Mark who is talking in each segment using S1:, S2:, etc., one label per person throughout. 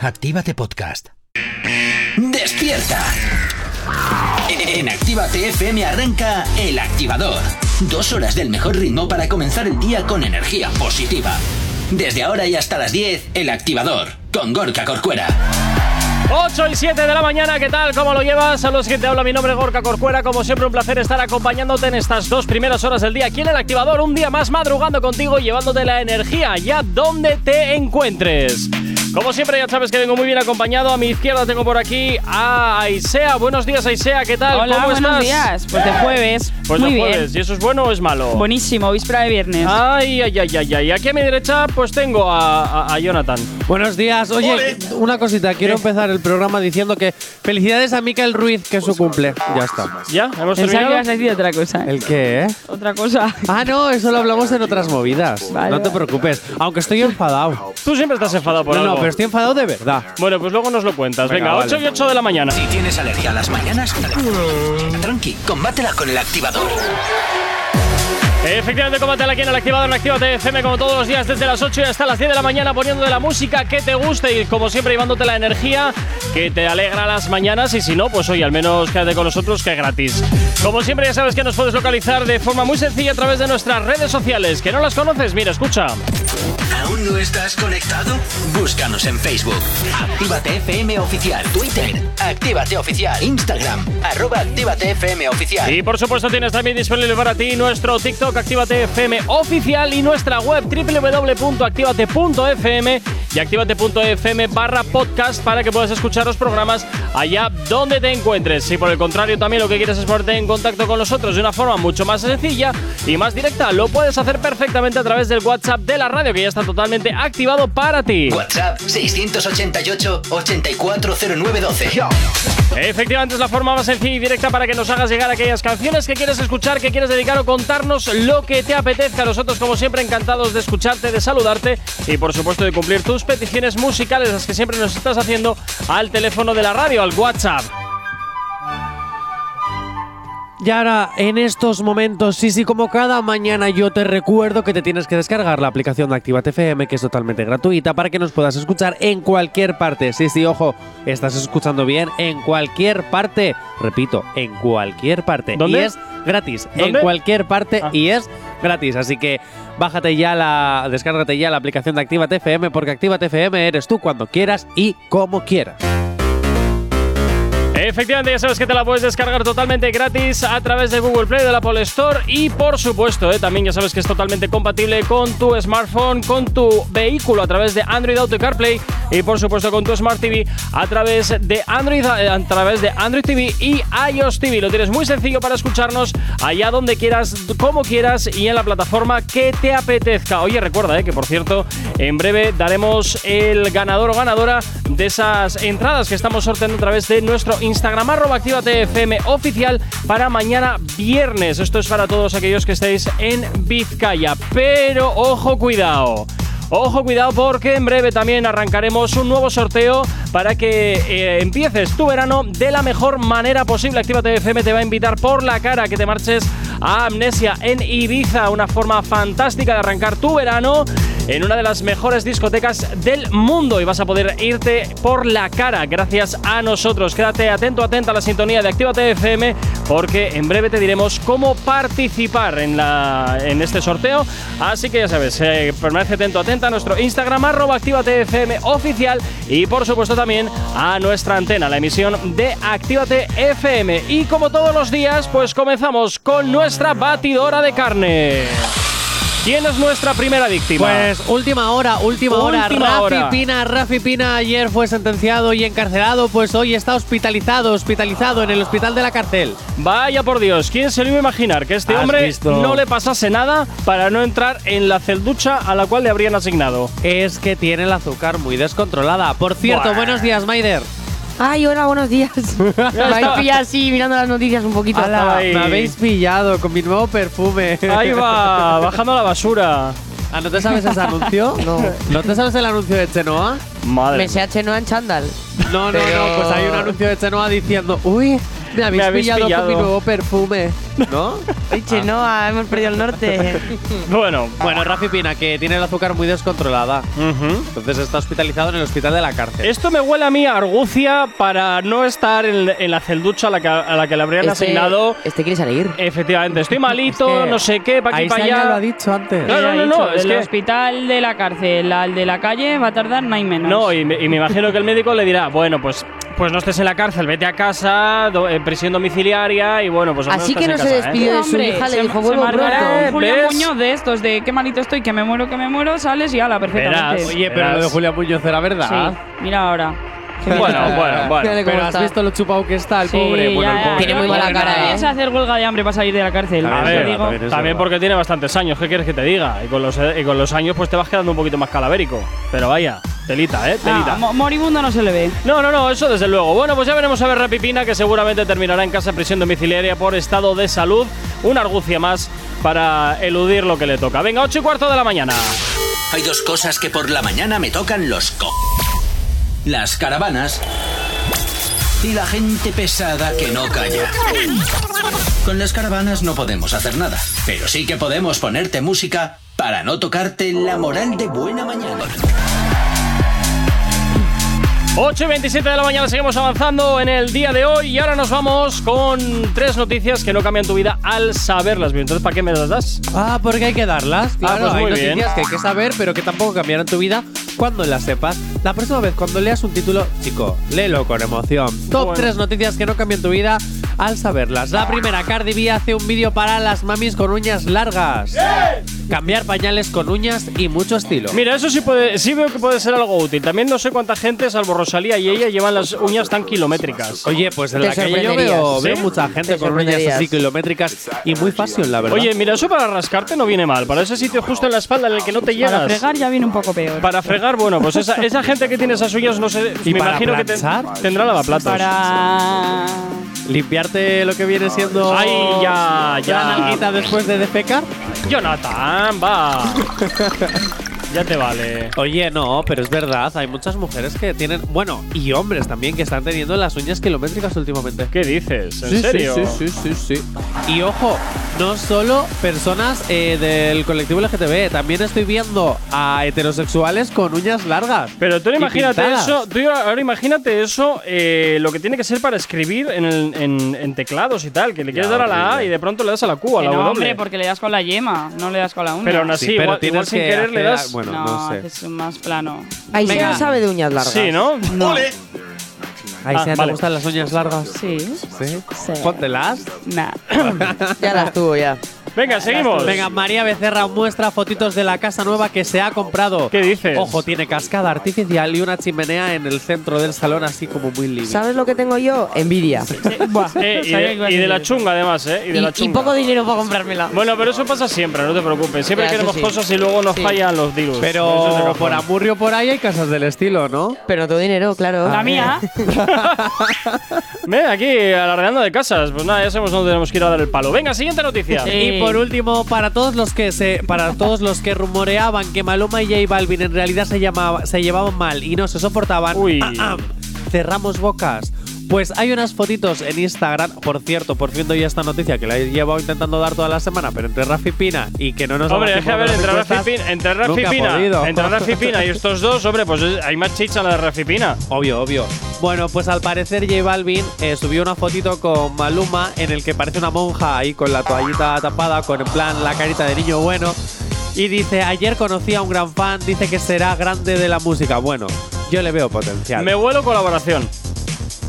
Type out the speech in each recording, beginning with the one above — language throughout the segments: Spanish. S1: Actívate Podcast.
S2: ¡Despierta! En Activa TFM arranca El Activador. Dos horas del mejor ritmo para comenzar el día con energía positiva. Desde ahora y hasta las 10, El Activador, con Gorka Corcuera.
S3: 8 y 7 de la mañana, ¿qué tal? ¿Cómo lo llevas? A los que te habla mi nombre es Gorka Corcuera. Como siempre, un placer estar acompañándote en estas dos primeras horas del día aquí en el activador. Un día más madrugando contigo y llevándote la energía ya donde te encuentres. Como siempre, ya sabes que vengo muy bien acompañado. A mi izquierda tengo por aquí a Aisea. Buenos días, Aisea, ¿qué tal?
S4: Hola,
S3: ¿Cómo
S4: buenos
S3: estás?
S4: días. Pues de jueves.
S3: Pues
S4: Muy
S3: de
S4: bien.
S3: jueves. Ah, ¿Y eso es bueno o es malo?
S4: Buenísimo, víspera de viernes.
S3: Ay, ay, ay, ay, ay. Aquí a mi derecha, pues tengo a, a- a Jonathan.
S5: Buenos días. Oye, una cosita. Quiero empezar el programa diciendo que felicidades a Miquel Ruiz, que es su cumple. Ya está.
S3: ¿Ya? ¿Hemos
S4: Pensaba que
S3: terminado?
S4: ibas a decir otra cosa.
S5: ¿El qué, eh?
S4: Otra cosa.
S5: Ah, no, eso lo hablamos en otras movidas.
S4: Vale,
S5: no te
S4: vale.
S5: preocupes. Aunque estoy enfadado.
S3: Tú siempre estás enfadado por
S5: No, no,
S3: algo.
S5: pero estoy enfadado de verdad.
S3: Bueno, pues luego nos lo cuentas. Venga,
S5: Venga,
S3: 8
S5: vale.
S3: y 8 de la mañana.
S2: Si tienes alergia a las mañanas, tranqui, combátela con El Activador.
S3: Efectivamente, combátela aquí en el activador en Actívate FM como todos los días desde las 8 y hasta las 10 de la mañana poniendo de la música que te guste y como siempre llevándote la energía que te alegra las mañanas y si no, pues hoy al menos quédate con nosotros que es gratis. Como siempre ya sabes que nos puedes localizar de forma muy sencilla a través de nuestras redes sociales. ¿Que no las conoces? Mira, escucha.
S2: ¿Aún no estás conectado? Búscanos en Facebook. Actívate FM Oficial. Twitter. Actívate Oficial. Instagram. Arroba Actívate FM Oficial.
S3: Y por supuesto tienes también disponible para ti nuestro TikTok Actívate FM oficial y nuestra web www.activate.fm y activate.fm barra podcast para que puedas escuchar los programas allá donde te encuentres. Si por el contrario también lo que quieres es ponerte en contacto con nosotros de una forma mucho más sencilla y más directa, lo puedes hacer perfectamente a través del WhatsApp de la radio que ya está totalmente activado para ti.
S2: WhatsApp 688-840912.
S3: Efectivamente, es la forma más sencilla y directa para que nos hagas llegar aquellas canciones que quieres escuchar, que quieres dedicar o contarnos lo que te apetezca. Nosotros, como siempre, encantados de escucharte, de saludarte y, por supuesto, de cumplir tus peticiones musicales, las que siempre nos estás haciendo al teléfono de la radio, al WhatsApp.
S5: Y ahora, en estos momentos, sí, sí, como cada mañana, yo te recuerdo que te tienes que descargar la aplicación de Actívate FM, que es totalmente gratuita, para que nos puedas escuchar en cualquier parte. Sí, sí, ojo, estás escuchando bien, en cualquier parte. Repito, en cualquier parte.
S3: ¿Dónde?
S5: Y es gratis,
S3: ¿Dónde?
S5: en cualquier parte
S3: Ah.
S5: y es gratis. Así que bájate ya la, descárgate ya la aplicación de Actívate FM, porque Actívate FM eres tú cuando quieras y como quieras.
S3: Efectivamente, ya sabes que te la puedes descargar totalmente gratis a través de Google Play, de la Apple Store y por supuesto, eh, también ya sabes que es totalmente compatible con tu smartphone, con tu vehículo a través de Android Auto y CarPlay y por supuesto con tu Smart TV a través de Android eh, a través de Android TV y iOS TV. Lo tienes muy sencillo para escucharnos allá donde quieras, como quieras y en la plataforma que te apetezca. Oye, recuerda eh, que por cierto, en breve daremos el ganador o ganadora de esas entradas que estamos sorteando a través de nuestro Instagram arroba activatefm oficial para mañana viernes. Esto es para todos aquellos que estéis en Vizcaya. Pero ojo, cuidado. Ojo, cuidado porque en breve también arrancaremos un nuevo sorteo para que eh, empieces tu verano de la mejor manera posible. Actívate FM te va a invitar por la cara a que te marches a Amnesia en Ibiza, una forma fantástica de arrancar tu verano en una de las mejores discotecas del mundo y vas a poder irte por la cara gracias a nosotros. Quédate atento, atenta a la sintonía de Actívate FM porque en breve te diremos cómo participar en, la, en este sorteo. Así que ya sabes, eh, permanece atento, atenta a nuestro Instagram arroba Actívate FM oficial y por supuesto también a nuestra antena, la emisión de Actívate FM. Y como todos los días, pues comenzamos con nuestra batidora de carne. ¿Quién es nuestra primera víctima?
S5: Pues última hora, última, hora.
S3: Última
S5: Rafi
S3: hora.
S5: Pina, Rafi Pina ayer fue sentenciado y encarcelado, pues hoy está hospitalizado, hospitalizado en el hospital de la cárcel.
S3: Vaya por Dios, ¿quién se lo iba a imaginar que este
S5: ¿Has
S3: hombre
S5: visto?
S3: no le pasase nada para no entrar en la celducha a la cual le habrían asignado?
S5: Es que tiene el azúcar muy descontrolada. Por cierto,
S3: Buah.
S5: buenos días, Maider.
S4: Ay, hola, buenos días. Me habéis
S3: está.
S4: pillado así mirando las noticias un poquito.
S3: Ala. Ay.
S5: Ah, Me habéis pillado con mi nuevo perfume.
S3: Ahí va, bajando la basura.
S5: Ah, ¿No te sabes ese anuncio? No. ¿No te sabes el anuncio de Chenoa?
S3: Madre.
S4: Me se ha en chándal.
S5: No, no,
S4: Pero-
S5: no, pues hay un anuncio de Chenoa diciendo, uy,
S1: Me habéis,
S3: habéis
S1: pillado,
S3: pillado.
S1: con mi nuevo perfume.
S5: ¿No?
S4: Eche, no, ah, hemos perdido el norte.
S1: Este,
S3: Bueno,
S5: Bueno, Rafi Pina, que tiene el azúcar muy descontrolada.
S3: ujú.
S5: Entonces está hospitalizado en el hospital de la cárcel.
S3: Esto me huele a mí a argucia para no estar en, en la celducha a la que, a la que le habrían asignado.
S1: este quiere salir.
S3: Efectivamente, estoy malito,
S1: Es que
S3: no sé qué, para aquí,
S5: Ahí
S3: para
S5: ya lo ha
S3: allá.
S5: dicho antes.
S3: No, no, no, no, es
S4: el
S3: que-
S4: hospital de la cárcel al de la calle va a tardar no hay menos.
S3: No, y me, y me imagino que el médico le dirá, bueno, pues, pues no estés en la cárcel, vete a casa, do- en prisión domiciliaria y bueno, pues... al menos
S1: Así que no
S3: estás
S1: se
S3: en casa, ¿eh?
S1: despidió de su
S4: Hombre,
S1: hija, le
S4: se-
S1: dijo,
S4: se
S1: vuelvo
S4: marcará
S3: Eh,
S4: un
S1: pronto.
S4: Julio
S3: ¿ves?
S4: Muñoz de estos, de qué malito estoy, que me muero, que me muero, sales y ala, perfectamente.
S3: Verás, ah.
S5: Oye, pero lo de Julia Muñoz era verdad.
S4: Sí, mira ahora. Qué bien.
S3: Bueno, bueno, bueno.
S1: Mira cómo
S5: Pero has
S1: está.
S5: visto lo chupado que está el
S4: Sí,
S5: pobre. Bueno,
S4: ya,
S5: el
S4: ya,
S5: pobre.
S1: Tiene
S4: yo
S1: muy
S4: creo
S1: mala
S4: que
S1: cara,
S4: nadie
S1: ¿eh?
S4: se hace huelga de hambre para salir de la cárcel.
S5: A
S3: A
S5: Es
S4: te
S3: ver,
S5: verdad,
S4: digo.
S5: también es
S3: también
S5: verdad.
S3: porque tiene bastantes años, ¿qué quieres que te diga? Y con los, y con los años pues te vas quedando un poquito más calavérico. Pero vaya, telita, ¿eh? Telita.
S4: Ah, mo- moribundo no se le ve.
S3: No, no, no, eso desde luego. Bueno, pues ya veremos a ver Rapipina, que seguramente terminará en casa en prisión domiciliaria por estado de salud. Una argucia más para eludir lo que le toca. Venga, 8 y cuarto de la mañana.
S2: Hay dos cosas que por la mañana me tocan los co. Las caravanas y la gente pesada que no calla. Con las caravanas no podemos hacer nada, pero sí que podemos ponerte música para no tocarte la moral de buena mañana.
S3: 8 y 27 de la mañana seguimos avanzando en el día de hoy y ahora nos vamos con tres noticias que no cambian tu vida al saberlas. bien. Entonces, ¿para qué me las das?
S5: Ah, porque hay que darlas. Claro,
S3: pues muy
S5: hay noticias
S3: bien.
S5: que hay que saber, pero que tampoco cambiarán tu vida cuando las sepas. La próxima vez cuando leas un título, chico, léelo con emoción. Top
S3: Bueno.
S5: 3 noticias que no cambian tu vida al saberlas. La primera, Cardi B hace un vídeo para las mamis con uñas largas. Cambiar pañales con uñas y mucho estilo.
S3: Mira, eso sí, puede, sí veo que puede ser algo útil. También no sé cuánta gente, salvo Rosalía y ella, llevan las uñas tan kilométricas.
S5: Oye, pues en
S1: Te
S5: la calle yo
S1: sorprenderías.
S5: veo,
S3: ¿Sí?
S5: veo mucha gente
S1: Te
S5: con uñas así
S1: sorprenderías.
S5: kilométricas y muy fácil, la verdad.
S3: Oye, mira, eso para rascarte no viene mal. Para ese sitio justo en la espalda en el que no te llegas.
S4: Para fregar ya viene un poco peor.
S3: Para fregar, bueno, pues esa, esa gente que tiene esas uñas, no sé,
S5: ¿Y
S3: me
S5: para
S3: imagino que ten-
S5: planchar?
S3: tendrá lavaplatos.
S4: Para-
S5: limpiarte lo que viene siendo
S3: Ay, ya, ya.
S5: la nalguita después de defecar.
S3: Jonathan, va. ya te vale.
S5: Oye, no, pero es verdad, hay muchas mujeres que tienen, bueno, y hombres también que están teniendo las uñas kilométricas últimamente.
S3: ¿Qué dices? ¿En
S5: Sí, sí,
S3: serio?
S5: Sí, sí, sí, sí. Y ojo, no solo personas eh, del colectivo LGTB, también estoy viendo a heterosexuales con uñas largas.
S3: Pero tú
S5: Y
S3: imagínate
S5: pintadas.
S3: eso, tú ahora imagínate eso, eh, lo que tiene que ser para escribir en, el- en- en teclados y tal, que le quieres dar a la A y de pronto le das a la Q, a
S4: Que
S3: la
S4: no,
S3: W.
S4: hombre, porque le das con la yema, no le das con la uña.
S3: Pero aún así,
S5: Sí, pero
S3: igual,
S5: tienes
S3: igual sin
S5: que
S3: querer le
S5: hacer-
S3: das.
S5: bueno,
S4: no,
S5: no sé.
S4: es más plano.
S1: Ahí se
S5: Venga.
S1: no sabe de uñas largas.
S3: Sí, ¿no?
S2: ¡Ole!
S5: Ahí
S3: Ah,
S5: se
S3: vale.
S5: te gustan las uñas largas.
S4: Sí.
S5: Sí.
S4: Sí.
S5: Póntelas.
S4: Nah.
S1: Ya las tuvo, ya.
S3: Venga, seguimos.
S5: Venga, María Becerra muestra fotitos de la casa nueva que se ha comprado.
S3: ¿Qué dices?
S5: Ojo, tiene cascada artificial y una chimenea en el centro del salón, así como muy libre.
S1: ¿Sabes lo que tengo yo? Envidia.
S4: Buah,
S3: Eh, y,
S4: sabía que
S3: de,
S4: ibas a
S3: y de la
S4: decir.
S3: chunga, además, ¿eh? Y de la
S1: Y, y
S3: chunga.
S1: poco dinero para comprármela.
S3: Bueno, pero eso pasa siempre, no te preocupes. Siempre
S1: Ya, eso
S3: queremos
S1: sí.
S3: cosas y luego nos
S1: Sí.
S3: fallan los virus. Eso es de
S5: Pero
S3: cajón.
S5: por Amurrio por ahí hay casas del estilo, ¿no?
S1: Pero no tengo dinero, claro.
S4: La mía.
S3: Ven, aquí alardeando de casas. Pues nada, ya sabemos dónde tenemos que ir a dar el palo. Venga, siguiente noticia.
S4: Sí.
S5: Y por último, para todos los que se, para todos los que rumoreaban que Maluma y J Balvin en realidad se, llamaba, se llevaban mal y no se soportaban, ah,
S3: Uy.
S5: cerramos bocas. Pues hay unas fotitos en Instagram, por cierto, por fin doy esta noticia que la he llevado intentando dar toda la semana, pero entre Rafi Pina y que no nos
S3: Hombre,
S5: daba
S3: es que a
S5: tiempo
S3: ver,
S5: de
S3: entre Rafi,
S5: respuestas,
S3: Pina, entre Rafi
S5: nunca ha podido.
S3: Pina, entre Rafi Pina y estos dos, hombre, pues es- hay más chicha en la de Rafi Pina.
S5: Obvio, obvio. Bueno, pues al parecer J Balvin eh, subió una fotito con Maluma en el que parece una monja ahí con la toallita tapada, con en plan la carita de niño bueno. Y dice, ayer conocí a un gran fan, dice que será grande de la música. Bueno, yo le veo potencial.
S3: Me vuelo colaboración.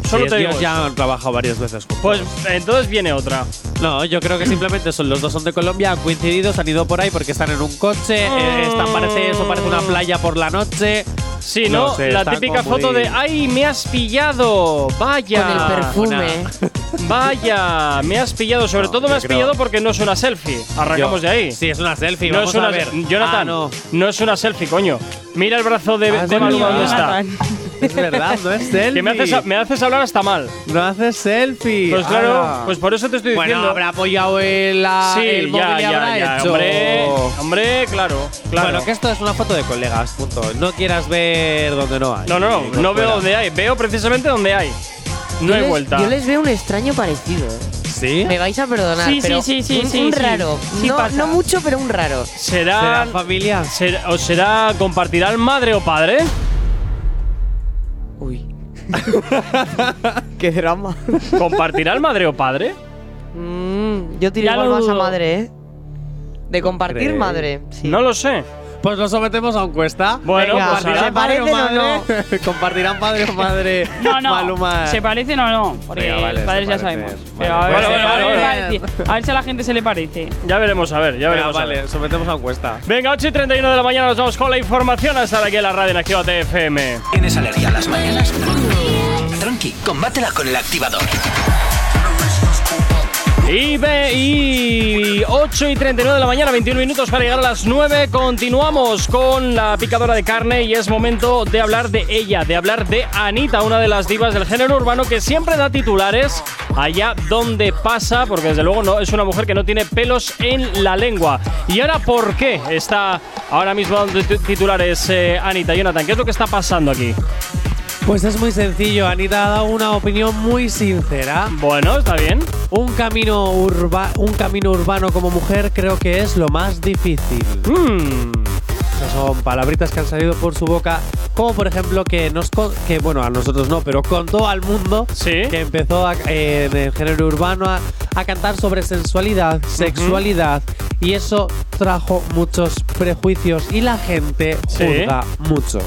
S3: Solo
S5: Sí,
S3: te digo.
S5: ellos
S3: eso.
S5: ya han trabajado varias veces juntos.
S3: Pues entonces viene otra.
S5: No, yo creo que simplemente son los dos son de Colombia, han coincidido, se han ido por ahí porque están en un coche,
S3: Ah.
S5: eh, están parece eso parece una playa por la noche.
S3: Si no,
S5: No sé,
S3: la
S5: está
S3: típica
S5: como
S3: foto
S5: muy-
S3: de ¡Ay, me has pillado! ¡Vaya!
S1: Con el perfume.
S5: Ah,
S3: ¡Vaya! Me has pillado. Sobre todo me
S5: yo
S3: has
S5: creo-
S3: pillado porque no es una selfie. Arrancamos
S5: Yo-
S3: de ahí.
S5: Sí, es una selfie,
S3: No
S5: vamos
S3: es una,
S5: a ver.
S3: Jonathan,
S5: Ah, no.
S3: no. es una selfie, coño. Mira el brazo de,
S5: Ah,
S3: de
S5: sí,
S3: Maluma
S5: mira.
S3: dónde está.
S5: Es verdad, no es selfie.
S3: Que me haces, me haces hablar hasta mal.
S5: No haces selfie.
S3: Pues claro,
S5: Ala.
S3: pues por eso te estoy
S5: bueno,
S3: diciendo.
S5: habrá apoyado el, la-
S3: sí,
S5: el móvil
S3: ya,
S5: y
S3: ya,
S5: habrá
S3: ya,
S5: hecho.
S3: Hombre, hombre, claro, claro.
S5: Bueno, que esto es una foto de colegas, punto. No quieras ver donde no hay.
S3: no, no, no, no veo
S5: Fuera.
S3: dónde hay. Veo precisamente dónde hay. No hay
S1: les-
S3: vuelta.
S1: Yo les veo un extraño parecido. ¿eh?
S5: ¿Sí?
S1: Me vais a perdonar.
S4: Sí, sí,
S1: pero
S4: sí, sí,
S1: Un,
S4: sí,
S1: un
S4: sí.
S1: raro.
S4: Sí
S1: no,
S4: pasa.
S1: no mucho, pero un raro.
S5: ¿Será
S3: ¿Serán,
S5: familia?
S3: ser- ¿O será compartirán madre o padre?
S1: Uy. Qué drama.
S3: ¿Compartirán madre o padre?
S1: Mm, yo tiré
S4: Ya
S1: igual
S4: lo
S1: más a
S4: dudo.
S1: madre, ¿eh? De compartir
S5: crees?
S1: madre. Sí.
S3: No lo sé.
S5: Pues lo sometemos a un cuesta.
S3: Bueno,
S1: Venga,
S3: pues
S1: ¿se
S3: ahora-
S1: parecen o
S5: Compartirán padre o madre.
S4: No, no.
S5: Maluma.
S4: ¿Se parecen o no? Porque
S5: Venga, vale,
S4: los padres
S5: se
S4: ya
S5: parecen.
S4: sabemos.
S5: Vale.
S4: Pero a ver,
S3: Bueno,
S4: si-
S3: bueno,
S4: a ver
S3: bueno,
S4: qué va a
S5: bueno.
S4: decir. A ver si a la gente se le parece.
S3: Ya veremos, a ver, ya
S5: Venga,
S3: veremos. a ver.
S5: vale, sometemos a un cuesta.
S3: Venga, 8 y 31 de la mañana nos vamos con la información hasta aquí en la radio en Activa TFM.
S2: ¿Tienes alergia a las mañanas? Tranqui, combátela con el activador.
S3: Y, ve- y 8 y 39 de la mañana, 21 minutos para llegar a las 9. Continuamos con la picadora de carne y es momento de hablar de ella, de hablar de Anita, una de las divas del género urbano que siempre da titulares allá donde pasa, porque desde luego no es una mujer que no tiene pelos en la lengua. ¿Y ahora por qué está ahora mismo dando tit- titulares eh, Anita? Jonathan, ¿qué es lo que está pasando aquí?
S5: Pues es muy sencillo, Anita ha dado una opinión muy sincera.
S3: Bueno, está bien.
S5: Un camino, urba- un camino urbano como mujer creo que es lo más difícil. Hmm.
S3: Mm,
S5: Esas son palabritas que han salido por su boca, como por ejemplo que nos con- que bueno a nosotros no, pero contó al mundo
S3: Sí.
S5: que empezó a- eh, en el género urbano a, a cantar sobre sensualidad, sexualidad y eso trajo muchos prejuicios y la gente
S3: Sí.
S5: juzga mucho.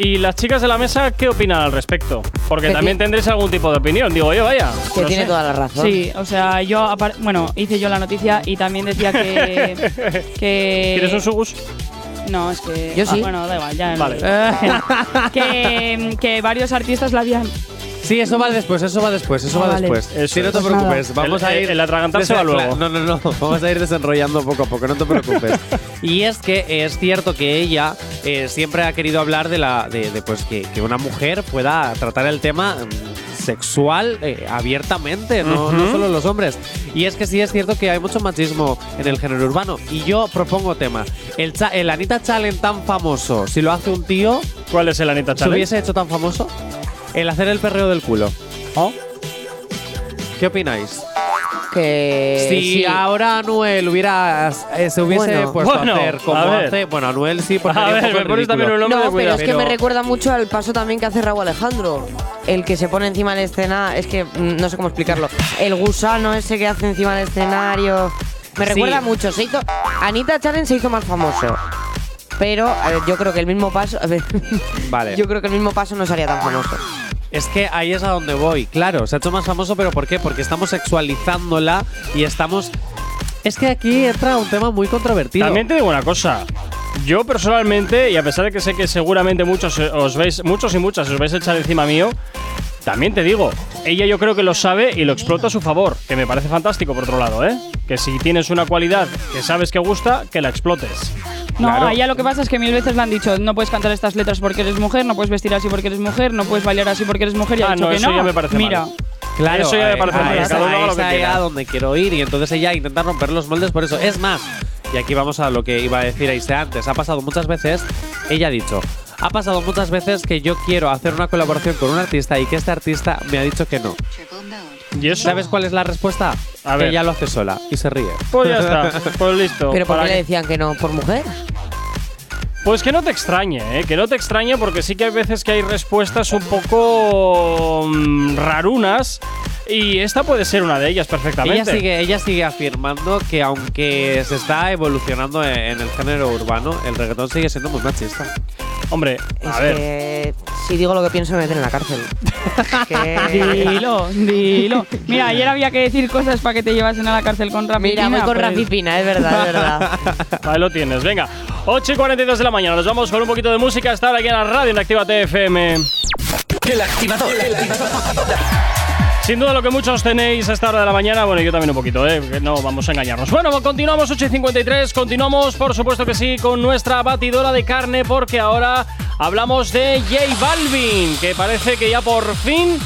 S3: ¿Y las chicas de la mesa qué opinan al respecto? Porque
S1: Que
S3: también
S1: ti-
S3: tendréis algún tipo de opinión, digo yo, vaya.
S1: Que
S3: no
S1: tiene
S3: sé.
S1: toda la razón.
S4: Sí, o sea, yo, apar- bueno, hice yo la noticia y también decía que. que
S3: ¿Quieres un sugus?
S4: No, es que.
S1: Yo
S4: ah,
S1: sí.
S4: bueno, da igual, ya. no.
S3: Vale.
S4: que, que varios artistas la habían.
S5: Sí, eso va después, eso va después, eso
S4: Ah,
S5: va
S4: vale.
S5: después.
S3: Eso
S5: sí, no
S3: es.
S5: te preocupes, vamos
S3: El-
S5: a ir.
S3: el atragantarse va luego.
S5: No, no, no, vamos a ir desenrollando poco a poco, no te preocupes. y es que es cierto que ella eh, siempre ha querido hablar de la de, de, pues que, que una mujer pueda tratar el tema mm, sexual eh, abiertamente, no, no solo los hombres. Y es que sí es cierto que hay mucho machismo en el género urbano. Y yo propongo tema. El, cha- el Anita Challenge tan famoso, si lo hace un tío,
S3: ¿Cuál es el Anita
S5: ¿Se
S3: Challenge?
S5: hubiese hecho tan famoso? El hacer el perreo del culo. ¿Oh? ¿Qué opináis?
S1: Que.
S3: Eh,
S5: si
S1: sí.
S3: ah,
S5: ahora Anuel hubiera eh, se hubiese
S1: Bueno.
S5: puesto
S3: Bueno,
S5: a hacer como
S3: a ver.
S5: hace. Bueno, Anuel sí, porque
S3: A
S5: haría un
S3: ver,
S5: poco
S3: me
S5: el
S3: pones
S5: ridículo.
S3: también un nombre de
S1: No, pero
S3: cuidado.
S1: es que me
S5: Pero-
S1: recuerda mucho al paso también que hace Raúl Alejandro. El que se pone encima del escena, es que mm, no sé cómo explicarlo. El gusano ese que hace encima del escenario. Me
S5: Sí.
S1: recuerda mucho. Se hizo, Anita Challenge se hizo más famoso. Pero a ver, yo creo que el mismo paso. a ver,
S5: Vale.
S1: Yo creo que el mismo paso no sería tan famoso.
S5: Es que ahí es a donde voy. Claro, se ha hecho más famoso, pero ¿por qué? Porque estamos sexualizándola y estamos. Es que aquí entra un tema muy controvertido.
S3: También te digo una cosa. Yo personalmente, y a pesar de que sé que seguramente muchos eh, os veis, muchos y muchas os vais a echar encima mío, también te digo, ella yo creo que lo sabe y lo explota a su favor, que me parece fantástico por otro lado, ¿eh? Que si tienes una cualidad que sabes que gusta, que la explotes.
S4: No,
S5: Claro.
S4: a ella lo que pasa es que mil veces le han dicho: no puedes cantar estas letras porque eres mujer, no puedes vestir así porque eres mujer, no puedes bailar así porque eres mujer. Y
S3: Ah,
S4: ha dicho
S3: no,
S4: que
S3: eso
S4: no.
S3: ya me parece
S4: Mira.
S3: mal. Eso ya me parece
S5: a
S3: mal,
S5: esa-
S3: cada uno haga lo
S5: a
S3: que
S5: esa
S3: quiera.
S5: era donde quiero ir y entonces ella intenta romper los moldes por eso. Es más, y aquí vamos a lo que iba a decir Aise antes. Ha pasado muchas veces, ella ha dicho, ha pasado muchas veces que yo quiero hacer una colaboración con un artista y que este artista me ha dicho que no.
S3: ¿Y eso?
S5: ¿Sabes cuál es la respuesta?
S3: A
S5: que
S3: ver.
S5: ella lo hace sola y se ríe.
S3: Pues ya está, pues listo.
S1: Pero ¿por
S3: Para
S1: qué le
S3: que-
S1: decían que no? ¿Por mujer?
S3: Pues que no te extrañe, ¿eh? que no te extrañe porque sí que hay veces que hay respuestas un poco mm, rarunas y esta puede ser una de ellas perfectamente.
S5: Ella sigue, ella sigue afirmando que aunque se está evolucionando en- en el género urbano, el reggaetón sigue siendo muy machista.
S3: Hombre,
S1: Es
S3: a ver.
S1: que si digo lo que pienso me meten en la cárcel. Es que-
S4: Dilo, dilo. Mira, ayer había que decir cosas para que te llevasen a la cárcel con Rafi
S1: Mira, voy
S4: Pina,
S1: con
S4: pues.
S1: Rafi Pina, es verdad, es verdad.
S3: Ahí lo tienes, venga. 8 y 42 de la mañana, nos vamos con un poquito de música hasta ahora aquí en la radio en Activa TFM.
S2: El activador. El activador.
S3: Sin duda lo que muchos tenéis a esta hora de la mañana, bueno, yo también un poquito, ¿eh? que no vamos a engañarnos. Bueno, pues continuamos 8 y 53, continuamos por supuesto que sí con nuestra batidora de carne porque ahora hablamos de J Balvin, que parece que ya por fin,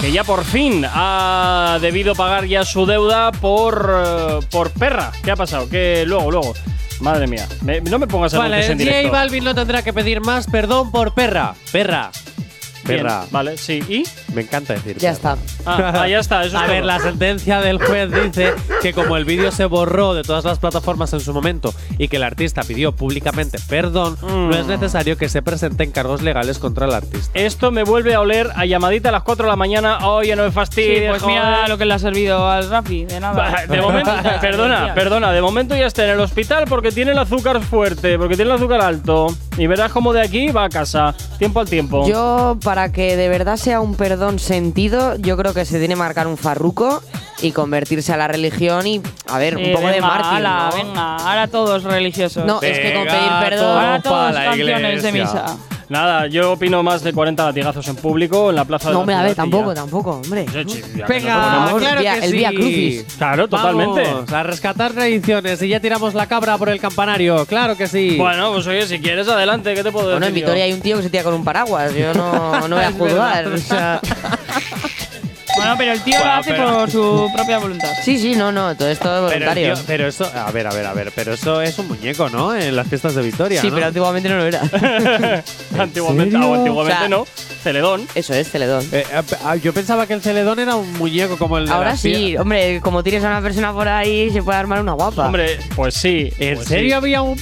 S3: que ya por fin ha debido pagar ya su deuda por, eh, por perra. ¿Qué ha pasado? Que luego, luego. Madre mía, me- no me pongas anuncios
S5: Vale,
S3: en directo.
S5: J Balvin no tendrá que pedir más perdón por perra. Perra. perra.
S3: Vale, sí. ¿Y?
S5: Me encanta decir.
S1: Ya
S5: perra.
S1: está.
S3: Ah, ah, ya está. Eso es
S5: A
S3: todo.
S5: ver, la sentencia del juez dice que como el vídeo se borró de todas las plataformas en su momento y que el artista pidió públicamente perdón, no
S3: Mm.
S5: es necesario que se presenten cargos legales contra el artista.
S3: Esto me vuelve a oler a llamadita a las 4 de la mañana. Oye, no me
S4: Sí,
S3: fastidies.
S4: pues mira
S3: joder.
S4: lo que le ha servido al Rafi, de nada.
S3: De momento, perdona, perdona, de momento ya está en el hospital porque tiene el azúcar fuerte, porque tiene el azúcar alto. Y verás cómo de aquí va a casa, tiempo al tiempo.
S1: Yo, para que de verdad sea un perdón sentido, yo creo que se tiene que marcar un farruco y convertirse a la religión y, a ver, un
S4: Eh,
S1: poco de
S4: venga,
S1: mártir,
S4: ala,
S1: ¿no?
S4: venga, ahora todos religiosos.
S1: No, es que con
S5: Venga,
S1: pedir perdón…
S4: ahora
S5: Vamos pa'
S4: todos
S5: la
S4: canciones de
S5: iglesia.
S4: misa.
S3: Nada, yo opino más de 40 latigazos en público en la plaza de
S1: No,
S3: la
S1: hombre, a ver,
S3: ciudad y
S1: tampoco,
S3: ya.
S1: tampoco, hombre.
S3: Yo, chi- ya,
S5: Venga,
S1: Vamos,
S5: claro
S1: vía-
S5: que
S1: el
S5: sí.
S1: Vía Crucis.
S3: Claro, totalmente.
S5: Vamos a rescatar tradiciones y ya tiramos la cabra por el campanario, claro que sí.
S3: Bueno, pues oye, si quieres, adelante, ¿qué te puedo decir?
S1: Bueno, en
S3: yo?
S1: Vitoria hay un tío que se tira con un paraguas, yo no, no voy a
S5: Es verdad.
S1: juzgar. o sea.
S4: Bueno, pero el tío lo
S5: Bueno,
S4: hace
S5: pero-
S4: por su propia voluntad.
S1: sí, sí, no, no, todo esto es
S5: pero, el
S1: voluntario.
S5: tío- pero eso, a ver, a ver, a ver, pero eso es un muñeco, ¿no? En las fiestas de Victoria.
S1: Sí, pero antiguamente no lo era.
S3: antiguamente, ah, antiguamente
S1: O sea-
S3: no. Celedón.
S1: Eso es, Celedón.
S5: Eh, yo pensaba que el celedón era un muñeco como el de
S1: Ahora
S5: las
S1: sí,
S5: fie-
S1: hombre, como tires a una persona por ahí, se puede armar una guapa.
S3: Hombre, pues sí.
S5: ¿En
S3: pues sí.
S5: serio había un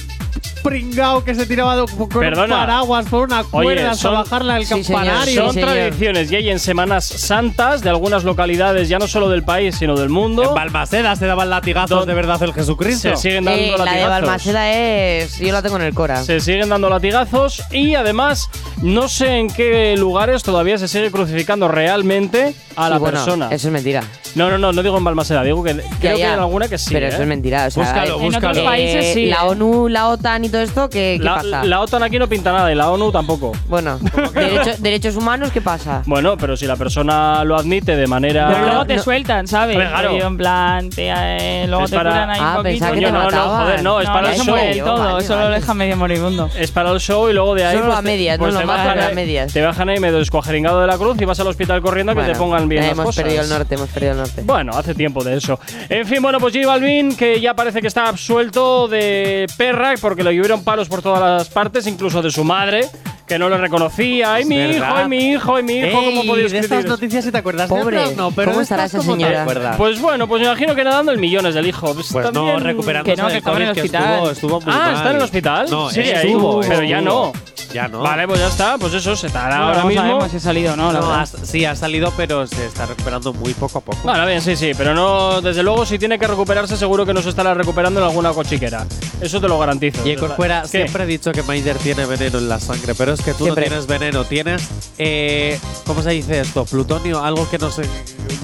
S5: pringao que se tiraba do- con
S3: Perdona.
S5: un paraguas por una cuerda hasta
S3: son-
S5: bajarla del
S1: Sí, señor.
S5: campanario?
S3: Son
S1: Sí, señor.
S3: tradiciones y hay en Semanas Santas de algunas localidades, ya no solo del país, sino del
S5: En
S3: mundo.
S5: Balmaceda se daban latigazos
S3: Don-
S5: de verdad el Jesucristo.
S3: Se siguen dando
S1: Eh, la de
S3: latigazos.
S1: Balmaceda es. Yo la tengo en el Cora.
S3: Se siguen dando latigazos y además no sé en qué lugares todavía se sigue crucificando realmente a
S1: Sí,
S3: la
S1: bueno,
S3: persona.
S1: Eso es mentira.
S3: No, no, no, no digo en Balmaseda, digo que creo
S1: Ya,
S3: que
S1: ya.
S3: en alguna que sí.
S1: Pero
S3: ¿eh?
S1: eso es mentira. O sea,
S5: Búscalo,
S1: eh,
S4: En otros
S5: búscalo.
S4: países sí.
S1: La
S4: ¿eh?
S1: ONU, la OTAN y todo esto, ¿qué, qué
S3: La,
S1: pasa?
S3: la OTAN aquí no pinta nada y la ONU tampoco.
S1: bueno, derecho- derechos humanos, ¿qué pasa?
S3: Bueno, pero si la persona lo admite de manera.
S4: Pero luego te
S1: no-
S4: sueltan, ¿sabes?
S3: Hombre, claro.
S4: Rollo En plan, te, eh, luego
S3: Es
S4: te
S3: para-
S4: curan ahí
S1: Ah,
S4: un poquito.
S1: pensaba que te
S3: Coño, no, no,
S1: mataban.
S3: joder, no, es
S4: No,
S3: para
S4: no
S3: el
S4: se
S3: show.
S4: muere del todo,
S1: Vale,
S4: solo lo
S1: vale.
S4: dejan medio moribundo.
S3: Es para el show y luego de ahí. pues
S1: Solo a
S3: te-
S1: medias, no
S3: te
S1: lo matan
S3: bajan
S1: a
S3: ahí-
S1: medias.
S3: Te bajan ahí medio descuajeringado de la cruz y vas al hospital corriendo a que
S1: Bueno,
S3: te pongan bien
S1: eh,
S3: las
S1: hemos
S3: cosas.
S1: perdido el norte, hemos perdido el norte.
S3: Bueno, hace tiempo de eso. En fin, bueno, pues J Balvin, que ya parece que está absuelto de perra, porque le llovieron palos por todas las partes, incluso de su madre, que no le reconocía. ¡Ay,
S5: Es
S3: mi hijo,
S5: verdad.
S3: ay, mi hijo, ay, mi hijo! ¿Cómo
S5: Ey,
S3: podías
S5: de
S3: escribir
S5: estas
S3: eso?
S5: noticias si te acuerdas de
S1: Pobre,
S5: otras, no, pero
S1: ¿cómo
S5: de
S1: estará
S5: estas
S1: esa
S5: como te
S1: señora?
S5: acuerdas. Pues,
S3: Pues bueno, pues me imagino que nadando el millones del hijo. Pues,
S5: no,
S3: también-
S5: recuperándose
S4: que no, que
S5: del
S4: estaba en el
S5: COVID,
S4: hospital.
S5: estuvo, estuvo muy
S3: Ah,
S5: mal.
S3: ¿está en el hospital?
S5: No, eh,
S3: Sí, ahí,
S5: estuvo,
S3: pero ya
S5: estuvo.
S3: no.
S5: Ya no.
S3: Vale, pues ya está, pues eso, se estará ahora
S4: no
S3: mismo.
S4: sabemos si ha salido o no, la
S5: No,
S4: verdad.
S5: has- sí, ha salido, pero se está recuperando muy poco a poco.
S3: Bueno, bien, sí, sí, pero no, desde luego, si tiene que recuperarse, seguro que no se estará recuperando en alguna cochiquera. Eso te lo garantizo.
S5: Y Corcuera,
S3: ¿Qué?
S5: siempre he dicho que Maider tiene veneno en la sangre, pero es que tú
S1: Siempre.
S5: no tienes veneno, tienes. Eh, ¿Cómo se dice esto? Plutonio, algo que no sé.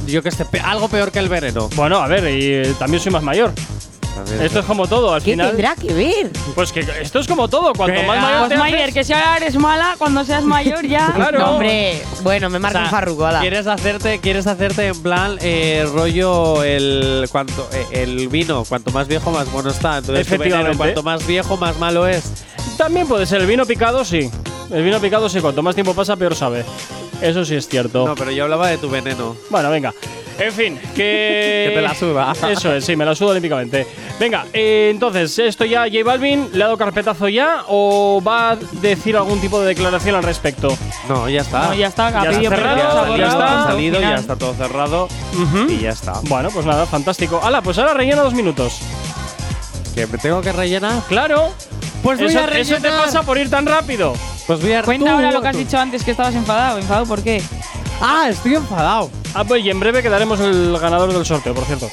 S5: Yo que sé, pe- algo peor que el veneno.
S3: Bueno, a ver, y eh, también soy más mayor. Esto es como todo, al
S1: ¿Qué
S3: final.
S1: tendrá que ver?
S3: Pues que esto es como todo, cuanto
S5: Venga,
S3: más mayor te
S4: Pues Maider,
S3: haces,
S4: que si ahora eres mala, cuando seas mayor ya.
S3: Claro.
S1: Ah, No, hombre, bueno, me
S5: O
S1: marca
S5: sea,
S1: un farruco, ala.
S5: ¿quieres, hacerte, quieres hacerte en plan eh, rollo el, cuanto, eh, el vino, cuanto más viejo más bueno está. Entonces, tu veneno,
S3: Efectivamente.
S5: cuanto más viejo más malo es.
S3: También puede ser el vino picado, sí. El vino picado, sí, cuanto más tiempo pasa, peor sabe. Eso sí es cierto.
S5: No, pero yo hablaba de tu veneno.
S3: Bueno, venga. En fin, que.
S5: Que te la suba.
S3: Eso es, sí, me la suda olímpicamente. Venga, eh, entonces, ¿esto ya J Balvin le ha dado carpetazo ya o va a decir algún tipo de declaración al respecto?
S5: No, ya está.
S4: No, Pues ya está,
S3: Ya
S4: ha pedido
S3: está
S4: perdón,
S3: cerrado,
S5: Ya
S4: se ha
S5: ha
S3: ya
S5: salido,
S4: borrado,
S5: ya
S3: está.
S5: ha salido,
S4: final.
S5: ya está todo cerrado
S3: Ujú.
S5: y ya está.
S3: Bueno, pues nada, fantástico. ¡Hala! Pues ahora rellena dos minutos.
S5: ¿Que me tengo que rellenar?
S3: Claro.
S5: Pues voy
S3: eso,
S5: a
S3: eso te
S5: rellenar.
S3: pasa por ir tan rápido.
S5: Pues voy a
S4: Cuenta
S5: tú,
S4: ahora lo que has
S5: tú.
S4: dicho antes, que estabas enfadado. ¿Enfadado por qué?
S5: Ah, estoy enfadado.
S3: Ah, pues y en breve quedaremos el ganador del sorteo, por cierto.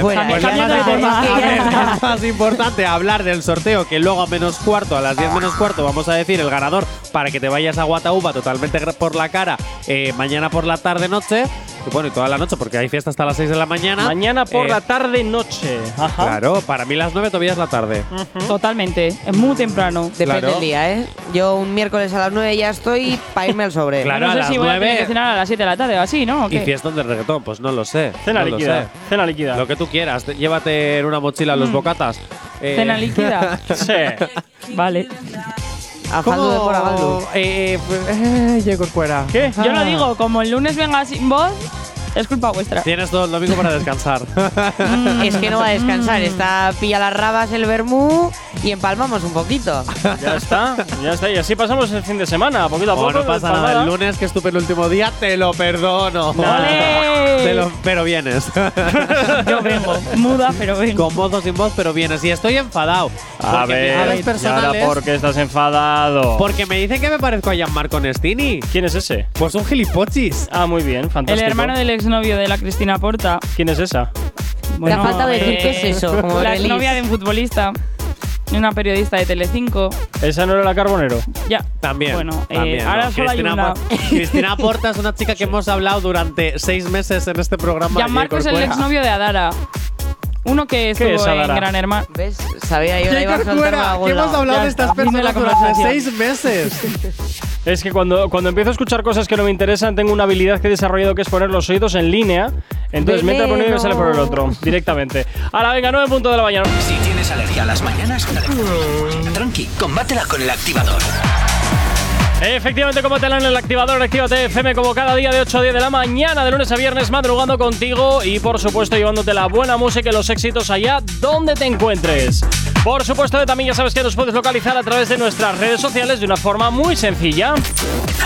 S1: Fuera,
S4: Cambiando-
S5: Pues
S1: ya
S5: es,
S4: cambiando
S5: más
S4: de tema.
S5: importante, a ver, es más importante hablar del sorteo que luego a menos cuarto, a las 10 menos cuarto, vamos a decir el ganador para que te vayas a Guatauba totalmente gra- por la cara eh, mañana por la tarde noche. Y bueno, y toda la noche porque hay fiesta hasta las 6 de la
S4: Ah.
S5: mañana.
S3: Mañana por
S5: Eh,
S3: la tarde noche. Ajá.
S5: Claro, para mí las 9 todavía es la tarde.
S4: Mm, Totalmente. Es muy temprano.
S1: Depende
S5: Claro.
S1: del día, ¿eh? Yo un miércoles a las 9 ya estoy para irme al sobre.
S5: Claro,
S4: no
S5: a
S4: sé
S5: las
S4: si voy a tener que
S5: 9
S4: cenar a las 7 de la tarde o así, ¿no? ¿O
S5: y
S4: qué?
S5: fiesta del reggaetón, pues no lo sé.
S3: Cena
S5: no lo
S3: líquida.
S5: sé.
S3: Cena líquida.
S5: Lo que tú quieras, te- llévate en una mochila los bocatas. Eh,
S4: Mm. Cena líquida.
S3: Sí.
S4: vale.
S1: A
S5: ¿Cómo?
S1: Faldo de por Abaldo.
S5: Eh, eh, pues, eh, Diego Corcuera.
S3: ¿Qué?
S4: Yo lo digo, como el lunes venga sin voz, Es culpa vuestra.
S5: Tienes todo el domingo para descansar.
S1: Es que no va a descansar. Está pilla las rabas el vermú y empalmamos un poquito.
S3: Ya está, ya está. Y así pasamos el fin de semana, poquito a poco.
S5: Oh, no pasa nada. El
S3: palmada.
S5: lunes, que es tu penúltimo día, te lo perdono.
S4: ¡Ole!
S5: Te lo- pero vienes.
S4: Yo vengo, muda, pero vengo.
S5: Con voz o sin voz, pero vienes. Y estoy enfadado.
S3: A
S5: porque mis redes
S3: ver, ¿y ahora
S5: personales-
S3: por qué estás enfadado?
S5: Porque me dicen que me parezco a Gianmarco Nestini.
S3: ¿Quién es ese?
S5: Pues un gilipochis.
S3: Ah, muy bien,
S4: El
S3: fantástico.
S4: hermano del exnovio de la Cristina Porta.
S3: ¿Quién es esa?
S4: Bueno, eh,
S1: falta de decir qué es eso, como
S4: la
S1: release.
S4: novia de un futbolista. Una periodista de Telecinco.
S3: ¿Esa no era la Carbonero?
S4: Ya.
S5: También.
S4: Bueno, eh,
S5: también, ¿no?
S4: ahora solo hay
S5: Cristina
S4: una.
S5: Por- Cristina Porta es una chica que hemos hablado durante seis meses en este programa.
S4: Gianmarco es el
S5: Corcuera.
S4: exnovio de Adara. Uno que estuvo
S3: es Adara?
S4: en Gran Hermano.
S1: ¿Ves? Sabía yo, la iba a
S5: Corcuera,
S1: soltar a
S5: que
S1: algún
S5: hemos
S1: lado.
S5: hablado
S4: Ya
S5: de estas
S4: está, fin de la
S5: personas durante
S4: conversación.
S5: seis meses.
S3: Es que cuando, cuando empiezo a escuchar cosas que no me interesan, tengo una habilidad que he desarrollado que es poner los oídos en línea. Entonces, me entra por un oído y me sale por el otro, directamente. Ahora, venga, 9 punto de la mañana.
S2: Si tienes alergia a las mañanas, dale. tranqui, combátela con el activador.
S3: Efectivamente, como te dan en el activador, actívate FM como cada día de 8 a 10 de la mañana, de lunes a viernes, madrugando contigo y por supuesto llevándote la buena música y los éxitos allá donde te encuentres. Por supuesto, también ya sabes que nos puedes localizar a través de nuestras redes sociales de una forma muy sencilla.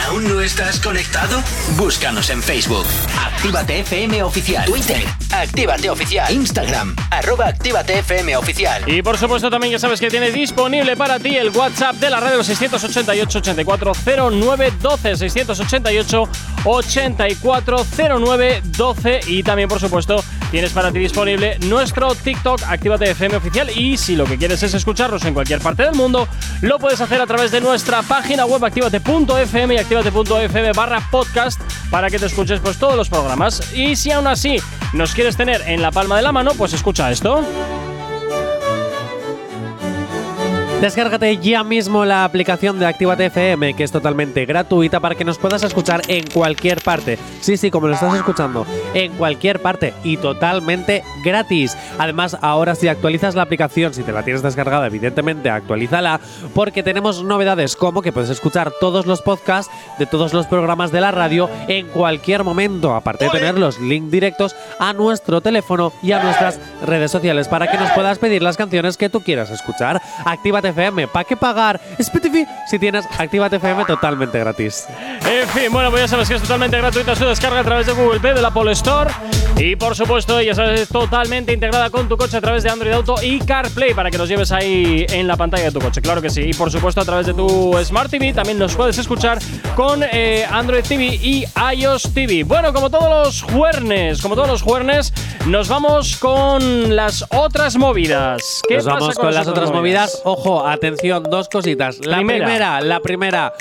S2: ¿Aún no estás conectado? Búscanos en Facebook. Actívate FM Oficial. Twitter. Actívate Oficial. Instagram. Arroba Actívate FM Oficial.
S3: Y por supuesto también ya sabes que tienes disponible para ti el WhatsApp de la radio 688 8409 12 688 8409 12 y también por supuesto tienes para ti disponible nuestro TikTok Actívate FM oficial y si lo que quieres es escucharnos en cualquier parte del mundo lo puedes hacer a través de nuestra página web activate.fm y activate.fm barra podcast para que te escuches pues todos los programas y si aún así nos quieres tener en la palma de la mano pues escucha esto.
S5: Descárgate ya mismo la aplicación de Actívate FM, que es totalmente gratuita para que nos puedas escuchar en cualquier parte. Sí, sí, como lo estás escuchando, en cualquier parte y totalmente gratis. Además, ahora si actualizas la aplicación, si te la tienes descargada, evidentemente actualízala, porque tenemos novedades como que puedes escuchar todos los podcasts de todos los programas de la radio en cualquier momento, aparte de tener los links directos a nuestro teléfono y a nuestras redes sociales para que nos puedas pedir las canciones que tú quieras escuchar. Actívate FM, ¿para qué pagar? Spotify, si tienes Actívate FM totalmente gratis.
S3: En fin, bueno, pues ya sabes que es totalmente gratuita su descarga a través de Google Play, de la Apple Store. Y por supuesto, ya sabes, es totalmente integrada con tu coche a través de Android Auto y CarPlay para que nos lleves ahí en la pantalla de tu coche. Claro que sí. Y por supuesto, a través de tu Smart TV también nos puedes escuchar con eh, Android TV y iOS TV. Bueno, como todos los jueves, como todos los jueves, nos vamos con las otras movidas. ¿Qué
S5: Nos
S3: pasa
S5: vamos con, las otras movidas. Ojo, atención, dos cositas. La
S3: Primera.
S5: primera, la primera.